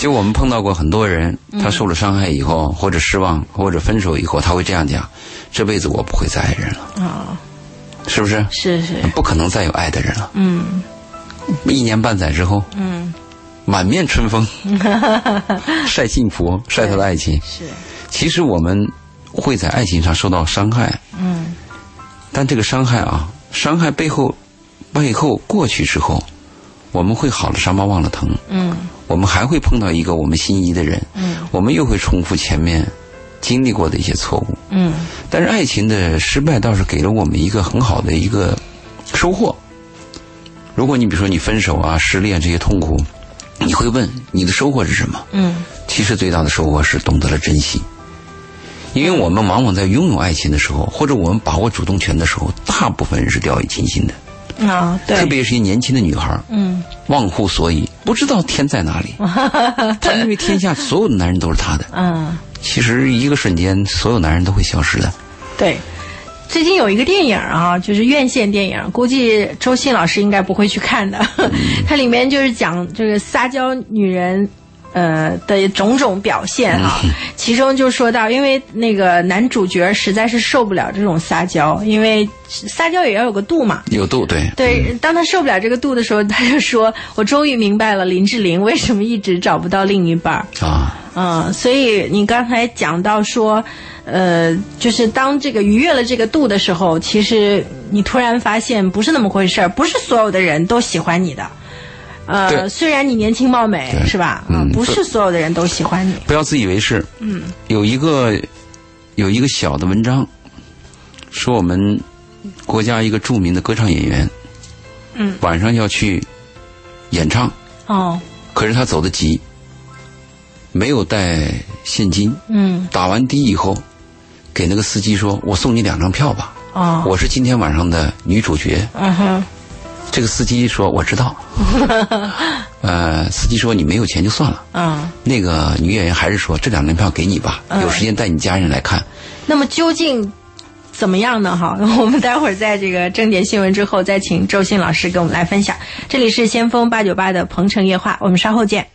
Speaker 1: 就我们碰到过很多人，他受了伤害以后，或者失望，或者分手以后，他会这样讲：这辈子我不会再爱人了，
Speaker 2: 啊、
Speaker 1: 是不是？
Speaker 2: 是是，
Speaker 1: 不可能再有爱的人了。
Speaker 2: 嗯
Speaker 1: 一年半载之后，
Speaker 2: 嗯，
Speaker 1: 满面春 风，晒幸福，晒他的爱情。
Speaker 2: 是，
Speaker 1: 其实我们会在爱情上受到伤害，
Speaker 2: 嗯
Speaker 1: 但这个伤害啊，伤害背后背后过去之后，我们会好了伤疤忘了疼，
Speaker 2: 嗯。
Speaker 1: 我们还会碰到一个我们心仪的人，
Speaker 2: 嗯
Speaker 1: 我们又会重复前面经历过的一些错误。
Speaker 2: 嗯
Speaker 1: 但是爱情的失败倒是给了我们一个很好的一个收获。如果你比如说你分手啊、失恋这些痛苦，你会问你的收获是什么？
Speaker 2: 嗯
Speaker 1: 其实最大的收获是懂得了珍惜，因为我们往往在拥有爱情的时候，或者我们把握主动权的时候，大部分人是掉以轻心的，
Speaker 2: 啊，
Speaker 1: 特
Speaker 2: 对，
Speaker 1: 别是一些年轻的女孩，
Speaker 2: 嗯
Speaker 1: 忘乎所以，不知道天在哪里。她因为天下所有的男人都是她的，
Speaker 2: 嗯，
Speaker 1: 其实一个瞬间，所有男人都会消失的。
Speaker 2: 对。最近有一个电影啊，就是院线电影，估计周信老师应该不会去看的。 它里面就是讲这个撒娇女人。呃的种种表现啊，其中就说到，因为那个男主角实在是受不了这种撒娇，因为撒娇也要有个度嘛，
Speaker 1: 有度对，
Speaker 2: 对，当他受不了这个度的时候，他就说：“我终于明白了林志玲为什么一直找不到另一半儿。
Speaker 1: 啊，”
Speaker 2: 嗯，所以你刚才讲到说，呃，就是当这个逾越了这个度的时候，其实你突然发现不是那么回事儿，不是所有的人都喜欢你的。呃，
Speaker 1: 对
Speaker 2: 虽然你年轻貌美，
Speaker 1: 对
Speaker 2: 是吧？啊
Speaker 1: 嗯
Speaker 2: 不
Speaker 1: 对
Speaker 2: 是所有的人都喜欢你。
Speaker 1: 不要自以为是。嗯，有一个有一个小的文章，说我们国家一个著名的歌唱演员，
Speaker 2: 嗯，
Speaker 1: 晚上要去演唱，
Speaker 2: 哦，
Speaker 1: 可是他走得急，没有带现金，
Speaker 2: 嗯，
Speaker 1: 打完的以后，给那个司机说：“我送你两张票吧，
Speaker 2: 哦，
Speaker 1: 我是今天晚上的女主角。”
Speaker 2: 嗯哼，
Speaker 1: 这个司机说：“我知道。”呃，司机说：“你没有钱就算了。”
Speaker 2: 嗯。
Speaker 1: 那个女演员还是说这两张票给你吧，有时间带你家人来看。
Speaker 2: 那么究竟怎么样呢？哈， 我们待会儿在这个正点新闻之后，再请周信老师跟我们来分享。这里是先锋八九八的鹏城夜话，我们稍后见。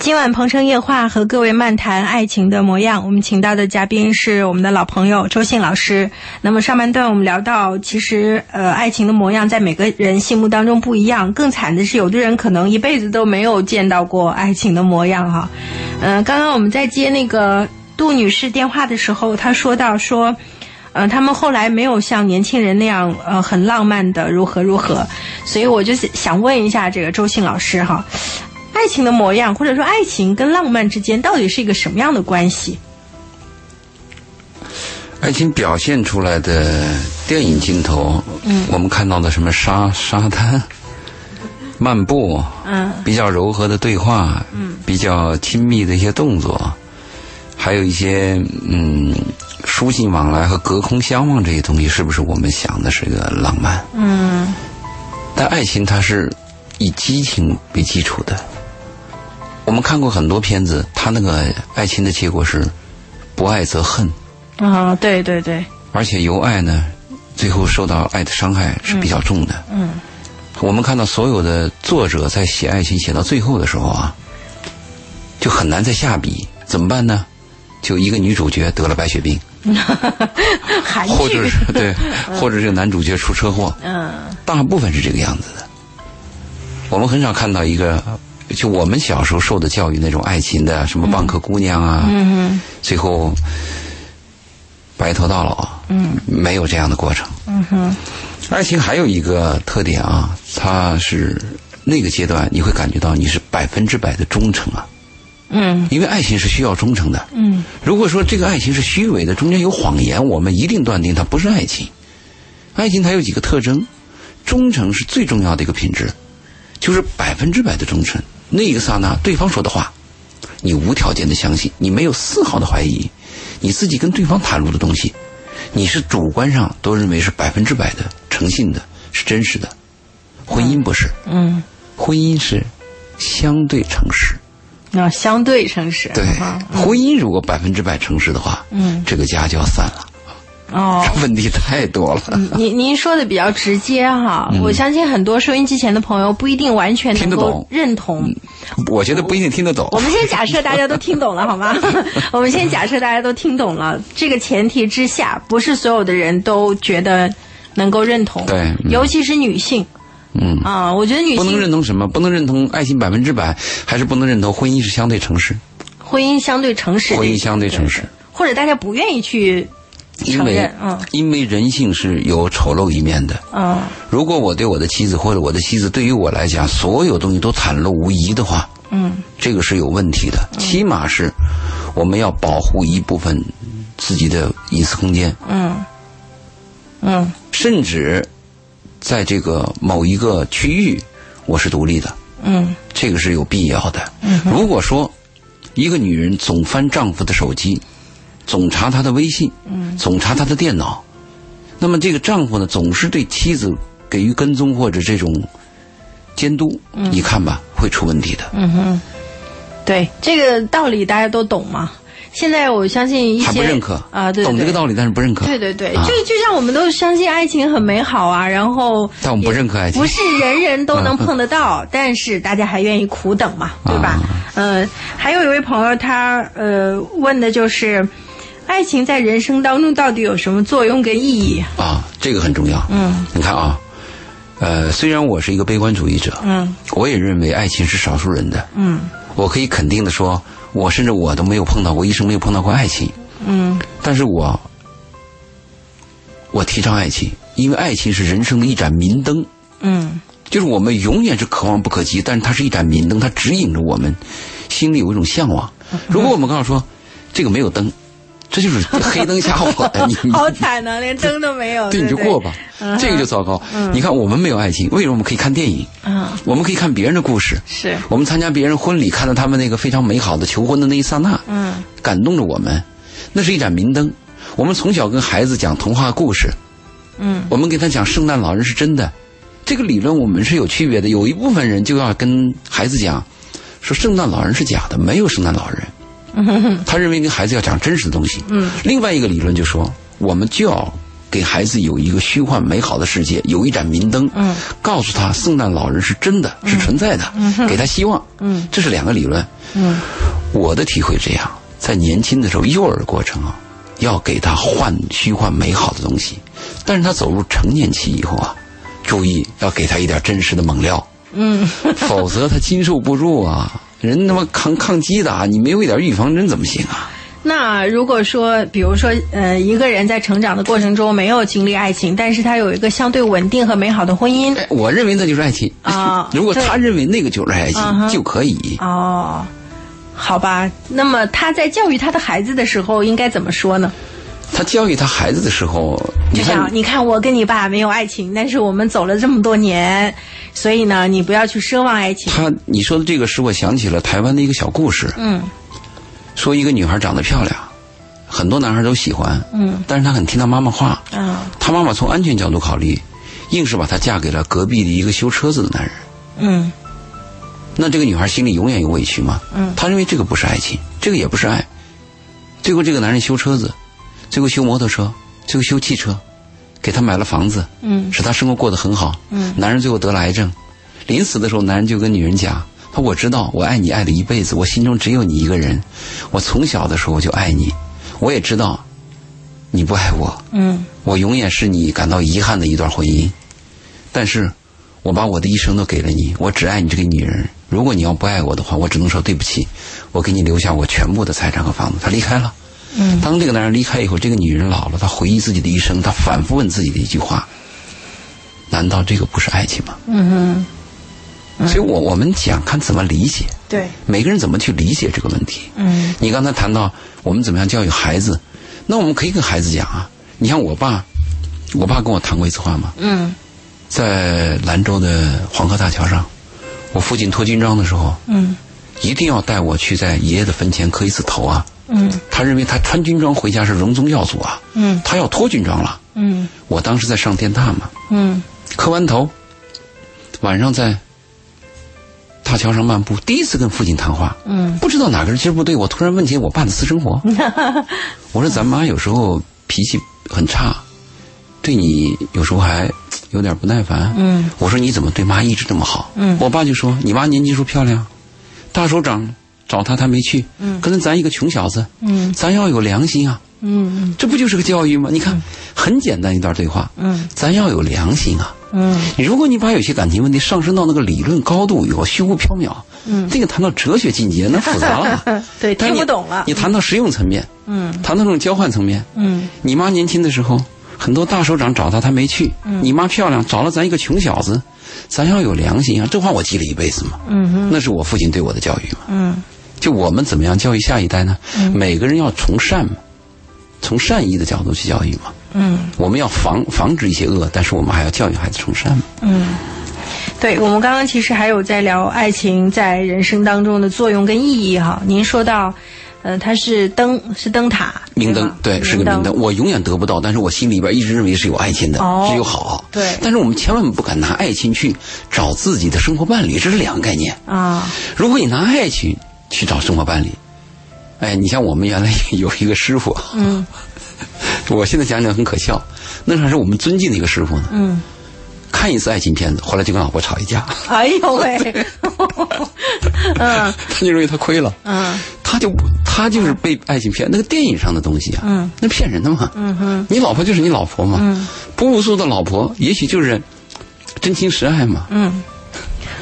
Speaker 2: 今晚鹏城夜话和各位漫谈爱情的模样，我们请到的嘉宾是我们的老朋友周信老师。那么上半段我们聊到，其实呃，爱情的模样在每个人心目当中不一样。更惨的是，有的人可能一辈子都没有见到过爱情的模样哈。嗯、呃，刚刚我们在接那个杜女士电话的时候，她说到说。嗯、呃，他们后来没有像年轻人那样，呃，很浪漫的如何如何，所以我就想问一下这个周信老师哈，爱情的模样，或者说爱情跟浪漫之间到底是一个什么样的关系？
Speaker 1: 爱情表现出来的电影镜头，
Speaker 2: 嗯，
Speaker 1: 我们看到的什么沙沙滩、漫步，
Speaker 2: 嗯，
Speaker 1: 比较柔和的对话，
Speaker 2: 嗯，
Speaker 1: 比较亲密的一些动作，还有一些嗯。书信往来和隔空相望这些东西，是不是我们想的是个浪漫？
Speaker 2: 嗯，
Speaker 1: 但爱情它是以激情为基础的。我们看过很多片子，它那个爱情的结果是不爱则恨，
Speaker 2: 啊、对对 对，
Speaker 1: 而且由爱呢，最后受到爱的伤害是比较重的。
Speaker 2: 嗯
Speaker 1: 我们看到所有的作者在写爱情写到最后的时候啊，就很难再下笔，怎么办呢？就一个女主角得了白血病，
Speaker 2: 韩
Speaker 1: 或
Speaker 2: 剧
Speaker 1: 者，是 对，或者这个男主角出车祸，
Speaker 2: 嗯
Speaker 1: 大部分是这个样子的。我们很少看到一个，就我们小时候受的教育那种爱情的，什么蚌壳姑娘啊，
Speaker 2: 嗯
Speaker 1: 最后白头到老，
Speaker 2: 嗯，
Speaker 1: 没有这样的过程。
Speaker 2: 嗯哼，
Speaker 1: 爱情还有一个特点啊，它是那个阶段你会感觉到你是百分之百的忠诚啊，
Speaker 2: 嗯
Speaker 1: 因为爱情是需要忠诚的。
Speaker 2: 嗯
Speaker 1: 如果说这个爱情是虚伪的，中间有谎言，我们一定断定它不是爱情。爱情它有几个特征，忠诚是最重要的一个品质，就是百分之百的忠诚。那一个刹那，对方说的话，你无条件的相信，你没有丝毫的怀疑，你自己跟对方袒露的东西，你是主观上都认为是百分之百的诚信的，是真实的。婚姻不是，
Speaker 2: 嗯，
Speaker 1: 婚姻是相对诚实。
Speaker 2: 那、啊相对诚实，
Speaker 1: 对
Speaker 2: 啊，
Speaker 1: 婚姻如果百分之百诚实的话，
Speaker 2: 嗯
Speaker 1: 这个家就要散了。
Speaker 2: 哦，嗯
Speaker 1: 这 问题太多了，
Speaker 2: 您您说的比较直接哈，我相信很多收音机前的朋友不一定完全
Speaker 1: 嗯听
Speaker 2: 能
Speaker 1: 得
Speaker 2: 够
Speaker 1: 懂嗯
Speaker 2: 认同。
Speaker 1: 我觉得不一定听得懂
Speaker 2: 我。们先假设大家都听懂了，好吗？我们先假设大家都听懂了，这个前提之下，不是所有的人都觉得能够认同，
Speaker 1: 对嗯
Speaker 2: 尤其是女性
Speaker 1: 嗯，
Speaker 2: 啊、我觉得女
Speaker 1: 不能
Speaker 2: 性
Speaker 1: 认同什么？不能认同爱情百分之百，还是不能认同婚姻是相对诚实？
Speaker 2: 婚姻相对诚实，
Speaker 1: 婚姻相对诚实，
Speaker 2: 或者大家不愿意去
Speaker 1: 因
Speaker 2: 承
Speaker 1: 为
Speaker 2: 认，嗯
Speaker 1: 因为人性是有丑陋一面的。
Speaker 2: 嗯
Speaker 1: 如果我对我的妻子或者我的妻子对于我来讲，所有东西都袒露无遗的话，
Speaker 2: 嗯
Speaker 1: 这个是有问题的。起码是我们要保护一部分自己的隐私空间。
Speaker 2: 嗯嗯
Speaker 1: 甚至在这个某一个区域，我是独立的，
Speaker 2: 嗯
Speaker 1: 这个是有必要的。如果说一个女人总翻丈夫的手机，总查他的微信，
Speaker 2: 嗯
Speaker 1: 总查他的电脑，那么这个丈夫呢，总是对妻子给予跟踪或者这种监督，你看吧，会出问题的。
Speaker 2: 嗯哼，对这个道理大家都懂嘛。现在我相信一些
Speaker 1: 还不认可
Speaker 2: 啊，对
Speaker 1: 懂这
Speaker 2: 对
Speaker 1: 个道理，但是不认可。
Speaker 2: 对对对，
Speaker 1: 啊
Speaker 2: 就就像我们都相信爱情很美好啊，然后
Speaker 1: 但我们不认可爱情
Speaker 2: 不是人人都能碰得
Speaker 1: 嗯
Speaker 2: 到，但是大家还愿意苦等嘛，
Speaker 1: 啊
Speaker 2: 对吧？嗯，还有一位朋友他呃问的就是，爱情在人生当中到底有什么作用跟意义？
Speaker 1: 啊，这个很重要。
Speaker 2: 嗯，
Speaker 1: 你看啊，呃，虽然我是一个悲观主义者，
Speaker 2: 嗯
Speaker 1: 我也认为爱情是少数人的。
Speaker 2: 嗯
Speaker 1: 我可以肯定的说，我甚至我都没有碰到过，一生没有碰到过爱情。
Speaker 2: 嗯
Speaker 1: 但是我，我提倡爱情，因为爱情是人生的一盏明灯，
Speaker 2: 嗯
Speaker 1: 就是我们永远是可望不可及，但是它是一盏明灯，它指引着我们心里有一种向往。如果我们告诉说这个没有灯，这就是黑灯瞎火的，你
Speaker 2: 嗯， 好惨呐、连灯都没有，
Speaker 1: 对，
Speaker 2: 对
Speaker 1: 你就
Speaker 2: 不对嗯
Speaker 1: 过吧，这个就糟糕。你看，我们没有爱情，为什么我们可以看电影？
Speaker 2: 嗯，
Speaker 1: 我们可以看别人的故事，
Speaker 2: 是，
Speaker 1: 我们参加别人婚礼，看到他们那个非常美好的求婚的那一刹那，
Speaker 2: 嗯
Speaker 1: 感动着我们，那是一盏明灯。我们从小跟孩子讲童话故事，
Speaker 2: 嗯
Speaker 1: 我们给他讲圣诞老人是真的，这个理论我们是有区别的。有一部分人就要跟孩子讲，说圣诞老人是假的，没有圣诞老人。 他认为跟孩子要讲真实的东西。嗯，另外一个理论就说，我们就要给孩子有一个虚幻美好的世界，有一盏明灯，嗯，告诉他圣诞老人是真的，是存在的，给他希望。嗯，这是两个理论。嗯，我的体会这样，在年轻的时候，幼儿过程啊，要给他幻虚幻美好的东西，但是他走入成年期以后啊，注意要给他一点真实的猛料。
Speaker 2: 嗯，
Speaker 1: 否则他经受不住啊！人他妈抗抗击打，你没有一点预防针怎么行啊？
Speaker 2: 那如果说，比如说，呃，一个人在成长的过程中没有经历爱情，但是他有一个相对稳定和美好的婚姻，
Speaker 1: 哎我认为那就是爱情
Speaker 2: 呃啊
Speaker 1: 如果他认为那个就是爱
Speaker 2: 嗯哼
Speaker 1: 情，就可以。
Speaker 2: 哦，好吧，那么他在教育他的孩子的时候应该怎么说呢？
Speaker 1: 他教育他孩子的时候，你
Speaker 2: 就像
Speaker 1: 看，
Speaker 2: 你看，我跟你爸没有爱情，但是我们走了这么多年，所以呢，你不要去奢望爱情。
Speaker 1: 他你说的这个使我想起了台湾的一个小故事，
Speaker 2: 嗯
Speaker 1: 说一个女孩长得漂亮，很多男孩都喜欢，
Speaker 2: 嗯
Speaker 1: 但是她很听她妈妈话，
Speaker 2: 啊
Speaker 1: 她妈妈从安全角度考虑，硬是把她嫁给了隔壁的一个修车子的男人。
Speaker 2: 嗯
Speaker 1: 那这个女孩心里永远有委屈嘛。
Speaker 2: 嗯
Speaker 1: 她认为这个不是爱情，这个也不是爱。最后这个男人修车子，最后修摩托车，最后修汽车，给她买了房子，
Speaker 2: 嗯
Speaker 1: 使她生活过得很好。
Speaker 2: 嗯，
Speaker 1: 男人最后得了癌症，临死的时候，男人就跟女人讲：“他说我知道我爱你爱了一辈子，我心中只有你一个人，我从小的时候我就爱你，我也知道你不爱我，
Speaker 2: 嗯
Speaker 1: 我永远是你感到遗憾的一段婚姻，但是我把我的一生都给了你，我只爱你这个女人。如果你要不爱我的话，我只能说对不起，我给你留下我全部的财产和房子。他离开了。
Speaker 2: 嗯
Speaker 1: 当这个男人离开以后，这个女人老了，她回忆自己的一生，她反复问自己的一句话：难道这个不是爱情吗？
Speaker 2: 嗯，
Speaker 1: 所以我我们讲看怎么理解，
Speaker 2: 对，
Speaker 1: 每个人怎么去理解这个问题。
Speaker 2: 嗯
Speaker 1: 你刚才谈到我们怎么样教育孩子，那我们可以跟孩子讲啊，你像我爸，我爸跟我谈过一次话嘛，
Speaker 2: 嗯
Speaker 1: 在兰州的黄河大桥上，我父亲脱军装的时候，
Speaker 2: 嗯
Speaker 1: 一定要带我去在爷爷的坟前磕一次头啊。
Speaker 2: 嗯
Speaker 1: 他认为他穿军装回家是荣宗耀祖啊，
Speaker 2: 嗯
Speaker 1: 他要脱军装了。
Speaker 2: 嗯
Speaker 1: 我当时在上电大嘛，
Speaker 2: 嗯
Speaker 1: 磕完头，晚上在大桥上漫步，第一次跟父亲谈话，
Speaker 2: 嗯
Speaker 1: 不知道哪根筋不对，我突然问起我爸的私生 活。我说咱妈有时候脾气很差，对你有时候还有点不耐烦。
Speaker 2: 嗯，
Speaker 1: 我说你怎么对妈一直这么好？
Speaker 2: 嗯
Speaker 1: 我爸就说你妈年轻时候漂亮，大首长找她她没去。
Speaker 2: 嗯
Speaker 1: 可能咱一个穷小子，
Speaker 2: 嗯
Speaker 1: 咱要有良心啊，
Speaker 2: 嗯
Speaker 1: 这不就是个教育吗？你看，很简单一段对话，
Speaker 2: 嗯
Speaker 1: 咱要有良心啊。
Speaker 2: 嗯
Speaker 1: 如果你把有些感情问题上升到那个理论高度以后，虚无缥缈，
Speaker 2: 嗯，
Speaker 1: 这个谈到哲学境界那复杂了
Speaker 2: 对
Speaker 1: 但是
Speaker 2: 听不
Speaker 1: 你
Speaker 2: 懂了
Speaker 1: 你谈到实用层面，
Speaker 2: 嗯
Speaker 1: 谈到这种交换层面，
Speaker 2: 嗯
Speaker 1: 你妈年轻的时候，很多大首长找她，她没去。
Speaker 2: 嗯
Speaker 1: 你妈漂亮，找了咱一个穷小子，咱要有良心啊！这话我记了一辈子嘛。
Speaker 2: 嗯
Speaker 1: 那是我父亲对我的教育嘛。
Speaker 2: 嗯
Speaker 1: 就我们怎么样教育下一代呢？每个人要从善嘛，从善意的角度去教育嘛。
Speaker 2: 嗯。
Speaker 1: 我们要防防止一些恶，但是我们还要教育孩子从善嘛。
Speaker 2: 对，我们刚刚其实还有在聊爱情在人生当中的作用跟意义哈。您说到，呃，它是灯，是灯塔，
Speaker 1: 明灯
Speaker 2: 吗，
Speaker 1: 对，是个明灯。。我永远得不到，但是我心里边一直认为是有爱情的，
Speaker 2: 哦
Speaker 1: 是有好。
Speaker 2: 对
Speaker 1: 但是我们千万不敢拿爱情去找自己的生活伴侣，这是两个概念。
Speaker 2: 啊，
Speaker 1: 如果你拿爱情去找生活伴侣，哎，你像我们原来有一个师傅，
Speaker 2: 嗯
Speaker 1: 我现在想想很可笑，那时候还是我们尊敬的一个师傅呢。
Speaker 2: 嗯，
Speaker 1: 看一次爱情片子，后来就跟老婆吵一架，
Speaker 2: 哎呦喂， 嗯
Speaker 1: 他就认为他亏了，
Speaker 2: 嗯
Speaker 1: 他就不他就是被爱情骗那个电影上的东西啊，
Speaker 2: 嗯，
Speaker 1: 那骗人的嘛，
Speaker 2: 嗯哼，
Speaker 1: 你老婆就是你老婆嘛，
Speaker 2: 嗯，
Speaker 1: 不务素的老婆也许就是真情实爱嘛，
Speaker 2: 嗯。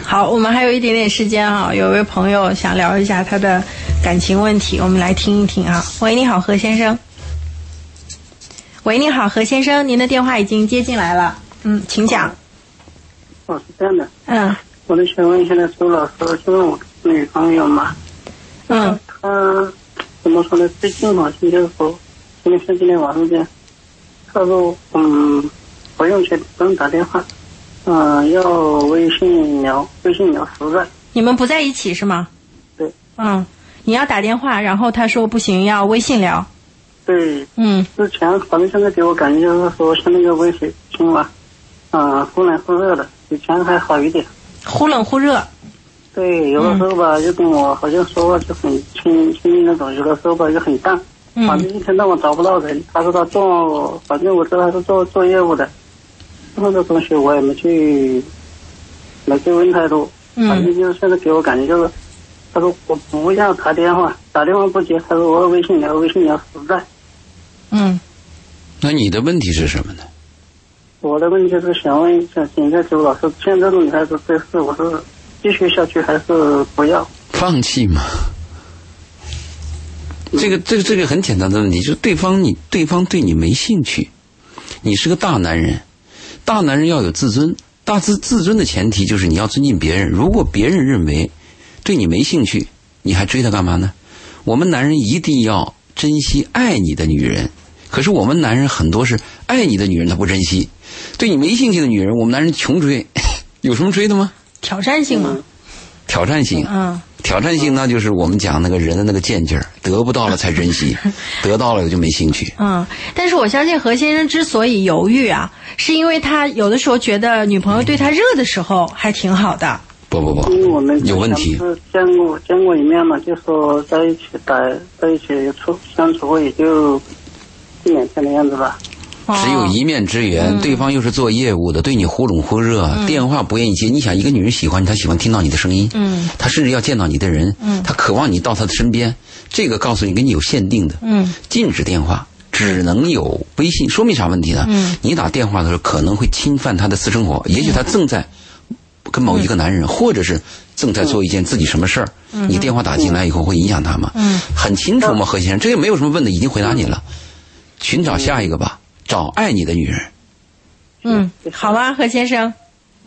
Speaker 2: 好，我们还有一点点时间啊，有一位朋友想聊一下他的感情问题，我们来听一听啊。喂，你好，何先生。喂，你好，何先生，您的电话已经接进来了，嗯，请讲。
Speaker 3: 我是这样的，
Speaker 2: 嗯
Speaker 3: 我就想问一下那周老师，就是我女朋友嘛，
Speaker 2: 嗯
Speaker 3: 她怎么说呢？最近嘛，就是说，今天上今天晚上的，她说嗯，不用去不用打电话，嗯、要微信聊，微信聊实在，
Speaker 2: 你们不在一起是吗？
Speaker 3: 对。
Speaker 2: 嗯，你要打电话，然后他说不行，要微信聊。
Speaker 3: 对，
Speaker 2: 嗯
Speaker 3: 之前反正现在给我感觉就是说像那个温水清嘛，嗯、忽冷忽热的，以前还好一点，
Speaker 2: 忽冷忽热。
Speaker 4: 对，有的时候吧，就跟我好像说话就很亲亲那种，有的时候吧就很淡，
Speaker 2: 嗯
Speaker 4: 反正一天到晚找不到人。他说他做，反正我知道他是做做业务的，那个东西我也没去，没去问太多。
Speaker 2: 嗯
Speaker 4: 反正就是现在给我感觉就是，他说我不要打电话，打电话不接，他说我要微信聊，微信聊实在。
Speaker 2: 嗯
Speaker 1: 那你的问题是什么呢？
Speaker 4: 我的问题是想问一下，请教周老师，像这种女孩子这事，我是继续下去还是不要？
Speaker 1: 放弃嘛。这个这个这个很简单的问题，就是对方你对方对你没兴趣，你是个大男人，大男人要有自尊，大自自尊的前提就是你要尊敬别人。如果别人认为对你没兴趣，你还追她干嘛呢？我们男人一定要珍惜爱你的女人，可是我们男人很多是爱你的女人他不珍惜，对你没兴趣的女人，我们男人穷追， 有什么追的吗？
Speaker 2: 挑战性嘛，
Speaker 1: 挑战性，
Speaker 2: 嗯，
Speaker 1: 挑战性那就是我们讲那个人的那个贱劲儿，得不到了才珍惜，得到了就没兴趣。
Speaker 2: 嗯，但是我相信何先生之所以犹豫啊，是因为他有的时候觉得女朋友对他热的时候还挺好的。
Speaker 1: 不不不
Speaker 4: 因为我们，
Speaker 1: 有问题。
Speaker 4: 是见过见过一面嘛，就说在一起待在一起处相处过也就一两天的样子吧。
Speaker 2: 哦
Speaker 1: 只有一面之缘，对方又是做业务的，对你忽冷忽热，电话不愿意接。你想，一个女人喜欢你，她喜欢听到你的声音，
Speaker 2: 嗯
Speaker 1: 她甚至要见到你的人，她渴望你到她的身边。这个告诉你，跟你有限定的，
Speaker 2: 嗯
Speaker 1: 禁止电话，只能有微信，说明啥问题呢？
Speaker 2: 嗯
Speaker 1: 你打电话的时候可能会侵犯他的私生活，也许他正在跟某一
Speaker 2: 嗯
Speaker 1: 个男人，或者是正在做一件自己什么事儿，你电话打进来以后会影响他吗？
Speaker 2: 嗯
Speaker 1: 很清楚吗，何先生？这也没有什么问的，已经回答你了，寻找下一个吧，找爱你的女人
Speaker 2: 嗯，好吧，何先生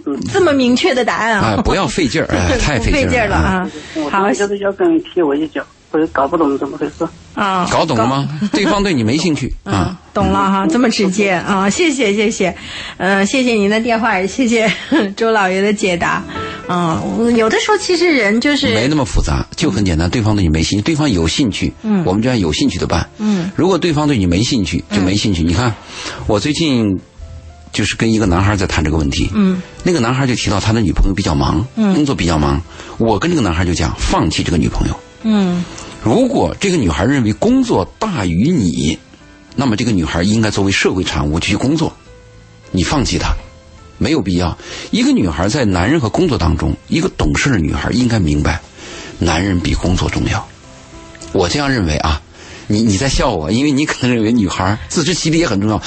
Speaker 4: 嗯，
Speaker 2: 这么明确的答案
Speaker 1: 啊、
Speaker 2: 啊，
Speaker 1: 不要费劲儿， 哎太
Speaker 2: 不费劲
Speaker 1: 劲
Speaker 2: 儿了
Speaker 1: 啊！
Speaker 2: 啊。
Speaker 4: 我
Speaker 2: 好
Speaker 4: 就是要跟人踢我一脚，我就搞不懂怎么回事。
Speaker 2: 啊，
Speaker 1: 搞懂了吗？对方对你没兴趣
Speaker 2: 嗯
Speaker 1: 啊，，
Speaker 2: 懂了哈，这么直接啊，谢谢谢谢，嗯、谢谢您的电话，也谢 谢周老爷的解答，啊、我有的时候其实人就是
Speaker 1: 没那么复杂，就很简单。对方对你没兴趣，对方有兴趣，
Speaker 2: 嗯
Speaker 1: 我们就按有兴趣的办。
Speaker 2: 嗯，
Speaker 1: 如果对方对你没兴趣，就没兴趣。你看，我最近就是跟一个男孩在谈这个问题。
Speaker 2: 嗯，
Speaker 1: 那个男孩就提到他的女朋友比较忙，工作比较忙。我跟这个男孩就讲，放弃这个女朋友。
Speaker 2: 嗯
Speaker 1: 如果这个女孩认为工作大于你，那么这个女孩应该作为社会产物去工作，你放弃她，没有必要。一个女孩在男人和工作当中，一个懂事的女孩应该明白，男人比工作重要。我这样认为啊，你你在笑我，因为你可能认为女孩自食其力也很重要，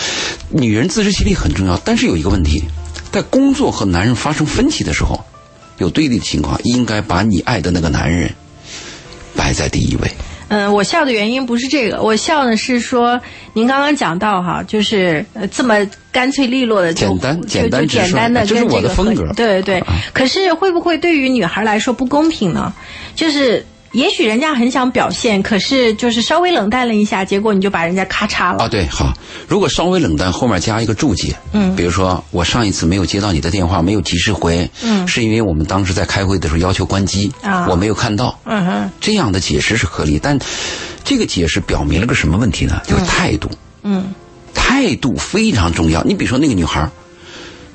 Speaker 1: 女人自食其力很重要，但是有一个问题，在工作和男人发生分歧的时候，有对立的情况，应该把你爱的那个男人摆在第一位。
Speaker 2: 嗯，我笑的原因不是这个，我笑呢是说您刚刚讲到哈，就是呃这么干脆利落的就
Speaker 1: 简单
Speaker 2: 就
Speaker 1: 简单
Speaker 2: 就
Speaker 1: 直率
Speaker 2: 简单的
Speaker 1: 这
Speaker 2: 跟
Speaker 1: 是
Speaker 2: 这个
Speaker 1: 我的风格啊
Speaker 2: 和对对。可是会不会对于女孩来说不公平呢？就是。也许人家很想表现，可是就是稍微冷淡了一下，结果你就把人家咔嚓了。
Speaker 1: 啊，对，好。如果稍微冷淡，后面加一个注解，
Speaker 2: 嗯
Speaker 1: 比如说我上一次没有接到你的电话，没有及时回，
Speaker 2: 嗯
Speaker 1: 是因为我们当时在开会的时候要求关机，
Speaker 2: 啊
Speaker 1: 我没有看到，
Speaker 2: 嗯哼，
Speaker 1: 这样的解释是合理，但这个解释表明了个什么问题呢？就是态度，
Speaker 2: 嗯
Speaker 1: 态度非常重要。你比如说那个女孩儿，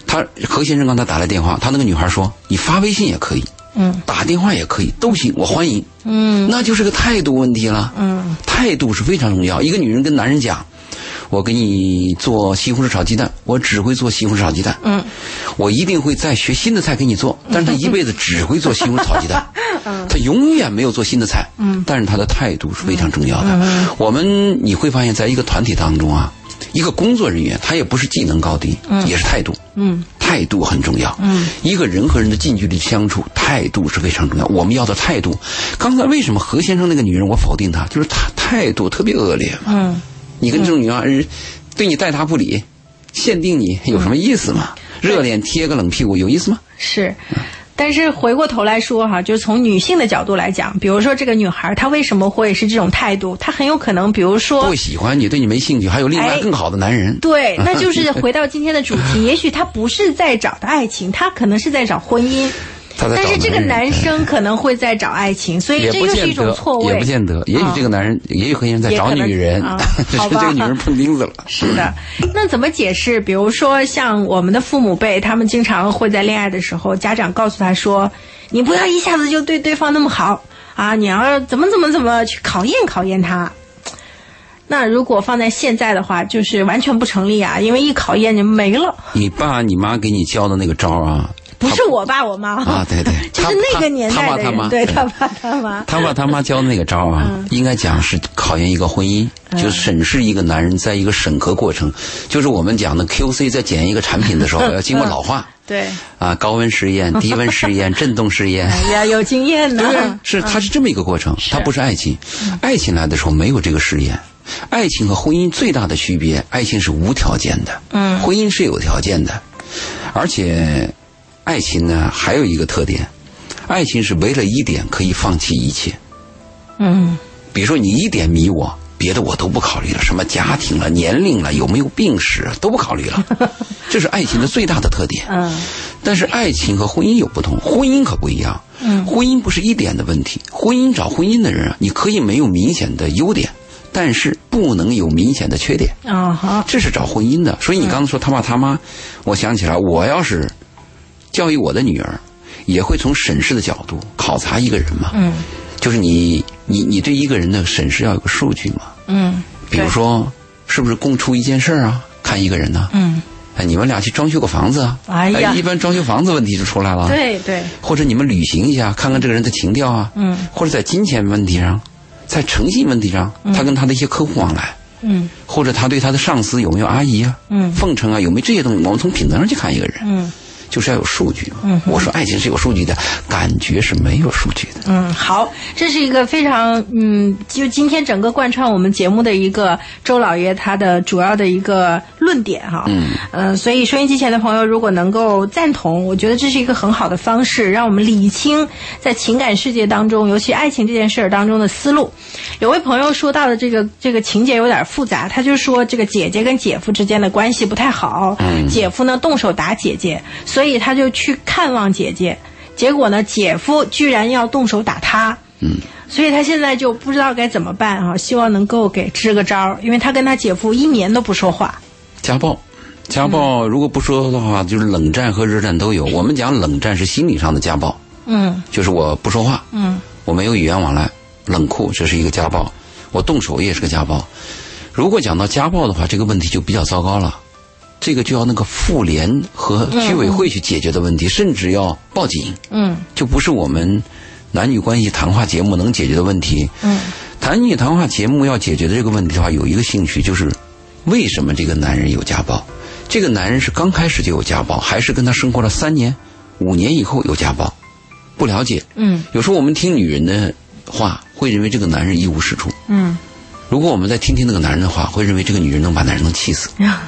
Speaker 1: 她何先生刚才打来电话，她那个女孩说，你发微信也可以，
Speaker 2: 嗯
Speaker 1: 打电话也可以，都行，我欢迎，
Speaker 2: 嗯
Speaker 1: 那就是个态度问题了，
Speaker 2: 嗯
Speaker 1: 态度是非常重要。一个女人跟男人讲，我给你做西红柿炒鸡蛋，我只会做西红柿炒鸡蛋，
Speaker 2: 嗯，
Speaker 1: 我一定会再学新的菜给你 做，但是她一辈子只会做西红柿炒鸡蛋，她永远没有做新的菜，嗯，但是她的态度是非常重要的。我们你会发现在一个团体当中啊，一个工作人员他也不是技能高低，也是态度，
Speaker 2: 嗯
Speaker 1: 态度很重要。嗯，一个人和人的近距离相处，态度是非常重要。我们要的态度，刚才为什么何先生那个女人我否定她，就是她态度特别恶劣嘛。
Speaker 2: 嗯，
Speaker 1: 你跟这种女人、人对你待答不理，限定你有什么意思嘛？
Speaker 2: 嗯
Speaker 1: 热脸贴个冷屁股有意思吗？
Speaker 2: 是。但是回过头来说哈，就是从女性的角度来讲，比如说这个女孩她为什么会是这种态度？她很有可能，比如说
Speaker 1: 不喜欢你，对你没兴趣，还有另外
Speaker 2: 哎
Speaker 1: 更好的男人。
Speaker 2: 对，那 就是回到今天的主题，也许他不是在找的爱情，他可能是在找婚姻。
Speaker 1: 他在
Speaker 2: 但
Speaker 1: 找
Speaker 2: 是这个
Speaker 1: 人
Speaker 2: 男生可能会在找爱情，所以
Speaker 1: 也
Speaker 2: 这
Speaker 1: 不
Speaker 2: 又是一
Speaker 1: 见
Speaker 2: 种
Speaker 1: 得
Speaker 2: 错，位。嗯
Speaker 1: 也不见得，也许这个男人，也有可能在
Speaker 2: 也
Speaker 1: 找
Speaker 2: 可能
Speaker 1: 女人
Speaker 2: 啊，
Speaker 1: 只
Speaker 2: 好
Speaker 1: 是
Speaker 2: 吧
Speaker 1: 这个女人碰钉子了。
Speaker 2: 是的，那怎么解释？比如说，像我们的父母辈，他们经常会在恋爱的时候，家长告诉他说：“你不要一下子就对对方那么好啊，你要怎么怎么怎么去考验考验他。”那如果放在现在的话，就是完全不成立啊，因为一考验就没了。
Speaker 1: 你爸你妈给你教的那个招儿啊，
Speaker 2: 不是我爸我妈
Speaker 1: 啊对对
Speaker 2: 就是那个年代的
Speaker 1: 他他他妈嗯
Speaker 2: 人，对他爸他妈，
Speaker 1: 他爸他妈教的那个招啊，应该讲是考验一个婚姻，就审视一个男人在一个审核过程，就是我们讲的 QC 在检验一个产品的时候要经过老化
Speaker 2: 对，
Speaker 1: 啊，高温实验、低温实验、震动实验。
Speaker 2: 哎呀，有经验呢。
Speaker 1: 是，它是这么一个过程，它不是爱情。
Speaker 2: 嗯
Speaker 1: 爱情来的时候没有这个试验，爱情和婚姻最大的区别，爱情是无条件的，
Speaker 2: 嗯
Speaker 1: 婚姻是有条件的，而且爱情呢还有一个特点，爱情是为了一点可以放弃一切。
Speaker 2: 嗯，
Speaker 1: 比如说你一点迷我，别的我都不考虑了，什么家庭了、年龄了、有没有病史都不考虑 了，这是爱情的最大的特点。
Speaker 2: 嗯，
Speaker 1: 但是爱情和婚姻有不同，婚姻可不一样。嗯，婚姻不是一点的问题，婚姻找婚姻的人啊，你可以没有明显的优点，但是不能有明显的缺点，
Speaker 2: 啊、好，
Speaker 1: 这是找婚姻的。所以你刚才说他爸他妈，我想起来，我要是教育我的女儿，也会从审视的角度考察一个人嘛。
Speaker 2: 嗯
Speaker 1: 就是你你你对一个人的审视要有个数据嘛，
Speaker 2: 嗯
Speaker 1: 比如说是不是共处一件事儿啊，看一个人呢、
Speaker 2: 嗯，
Speaker 1: 哎，你们俩去装修个房子啊，
Speaker 2: 哎呀
Speaker 1: 一般装修房子问题就出来了，，
Speaker 2: 对对，
Speaker 1: 或者你们旅行一下，看看这个人的情调啊，
Speaker 2: 嗯
Speaker 1: 或者在金钱问题上，在诚信问题上，他跟他的一些客户往来，
Speaker 2: 嗯
Speaker 1: 或者他对他的上司有没有阿姨啊，
Speaker 2: 嗯
Speaker 1: 奉承啊，有没有这些东西，我们从品德上去看一个人，
Speaker 2: 嗯。
Speaker 1: 就是要有数据嘛。
Speaker 2: 嗯哼
Speaker 1: 我说爱情是有数据的，感觉是没有数据的。
Speaker 2: 嗯，好，这是一个非常嗯，就今天整个贯穿我们节目的一个周老爷他的主要的一个论点哈。
Speaker 1: 嗯，
Speaker 2: 呃，所以收音机前的朋友如果能够赞同，我觉得这是一个很好的方式，让我们理清在情感世界当中，尤其爱情这件事儿当中的思路。有位朋友说到的这个这个情节有点复杂，他就说这个姐姐跟姐夫之间的关系不太好，
Speaker 1: 嗯
Speaker 2: 姐夫呢动手打姐姐，所以他就去看望姐姐，结果呢姐夫居然要动手打他。
Speaker 1: 嗯，
Speaker 2: 所以他现在就不知道该怎么办啊，希望能够给支个招儿，因为他跟他姐夫一年都不说话。
Speaker 1: 家暴，家
Speaker 2: 嗯
Speaker 1: 暴如果不说的话，就是冷战和热战都有。我们讲冷战是心理上的家暴，
Speaker 2: 嗯
Speaker 1: 就是我不说话，
Speaker 2: 嗯
Speaker 1: 我没有语言往来，冷酷，这是一个家暴。我动手也是个家暴。如果讲到家暴的话，这个问题就比较糟糕了。这个就要那个妇联和居委会去解决的问题，甚至要报警，
Speaker 2: 嗯
Speaker 1: 就不是我们男女关系谈话节目能解决的问题。
Speaker 2: 嗯
Speaker 1: 谈女谈话节目要解决的这个问题的话，有一个兴趣就是，为什么这个男人有家暴？这个男人是刚开始就有家暴，还是跟他生活了三年、五年以后有家暴？不了解。
Speaker 2: 嗯
Speaker 1: 有时候我们听女人的话，会认为这个男人一无是处；
Speaker 2: 嗯，
Speaker 1: 如果我们再听听那个男人的话，会认为这个女人能把男人能气死。
Speaker 2: 嗯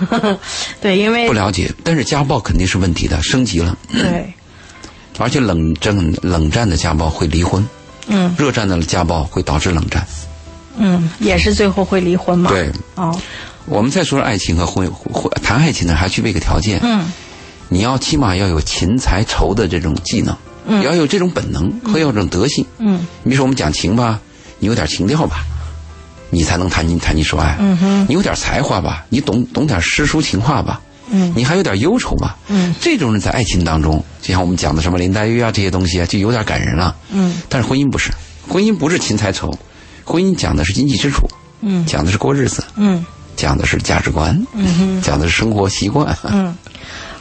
Speaker 2: 对，因为
Speaker 1: 不了解，但是家暴肯定是问题的，升级了，
Speaker 2: 对，
Speaker 1: 而且冷战冷战的家暴会离婚，
Speaker 2: 嗯
Speaker 1: 热战的家暴会导致冷战。
Speaker 2: 嗯，也是最后会离婚嘛。，
Speaker 1: 对，
Speaker 2: 哦，
Speaker 1: 我们再说爱情和婚婚谈爱情呢，还具备一个条件，
Speaker 2: 嗯
Speaker 1: 你要起码要有勤财仇的这种技能，
Speaker 2: 嗯
Speaker 1: 也要有这种本能和要有这种德性。
Speaker 2: 嗯
Speaker 1: 你比如说我们讲情吧，你有点情调吧，你才能谈情谈情说爱。
Speaker 2: 嗯哼
Speaker 1: 你有点才华吧，你懂懂点诗书情画吧，
Speaker 2: 嗯
Speaker 1: 你还有点忧愁吧。
Speaker 2: 嗯
Speaker 1: 这种人在爱情当中，就像我们讲的什么林黛玉啊这些东西啊，就有点感人了。
Speaker 2: 嗯
Speaker 1: 但是婚姻不是，婚姻不是勤财仇，婚姻讲的是经济基础，
Speaker 2: 嗯
Speaker 1: 讲的是过日子，
Speaker 2: 嗯
Speaker 1: 讲的是价值观，讲的是生活习惯。
Speaker 2: 嗯。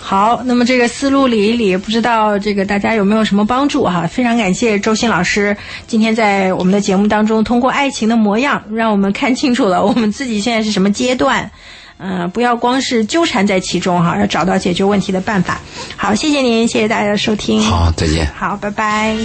Speaker 2: 好，那么这个思路理一理，不知道这个大家有没有什么帮助哈？非常感谢周鑫老师今天在我们的节目当中，通过爱情的模样，让我们看清楚了我们自己现在是什么阶段。呃，不要光是纠缠在其中哈，要找到解决问题的办法。好，谢谢您，谢谢大家的收听。，
Speaker 1: 好，再见。
Speaker 2: 好，拜拜。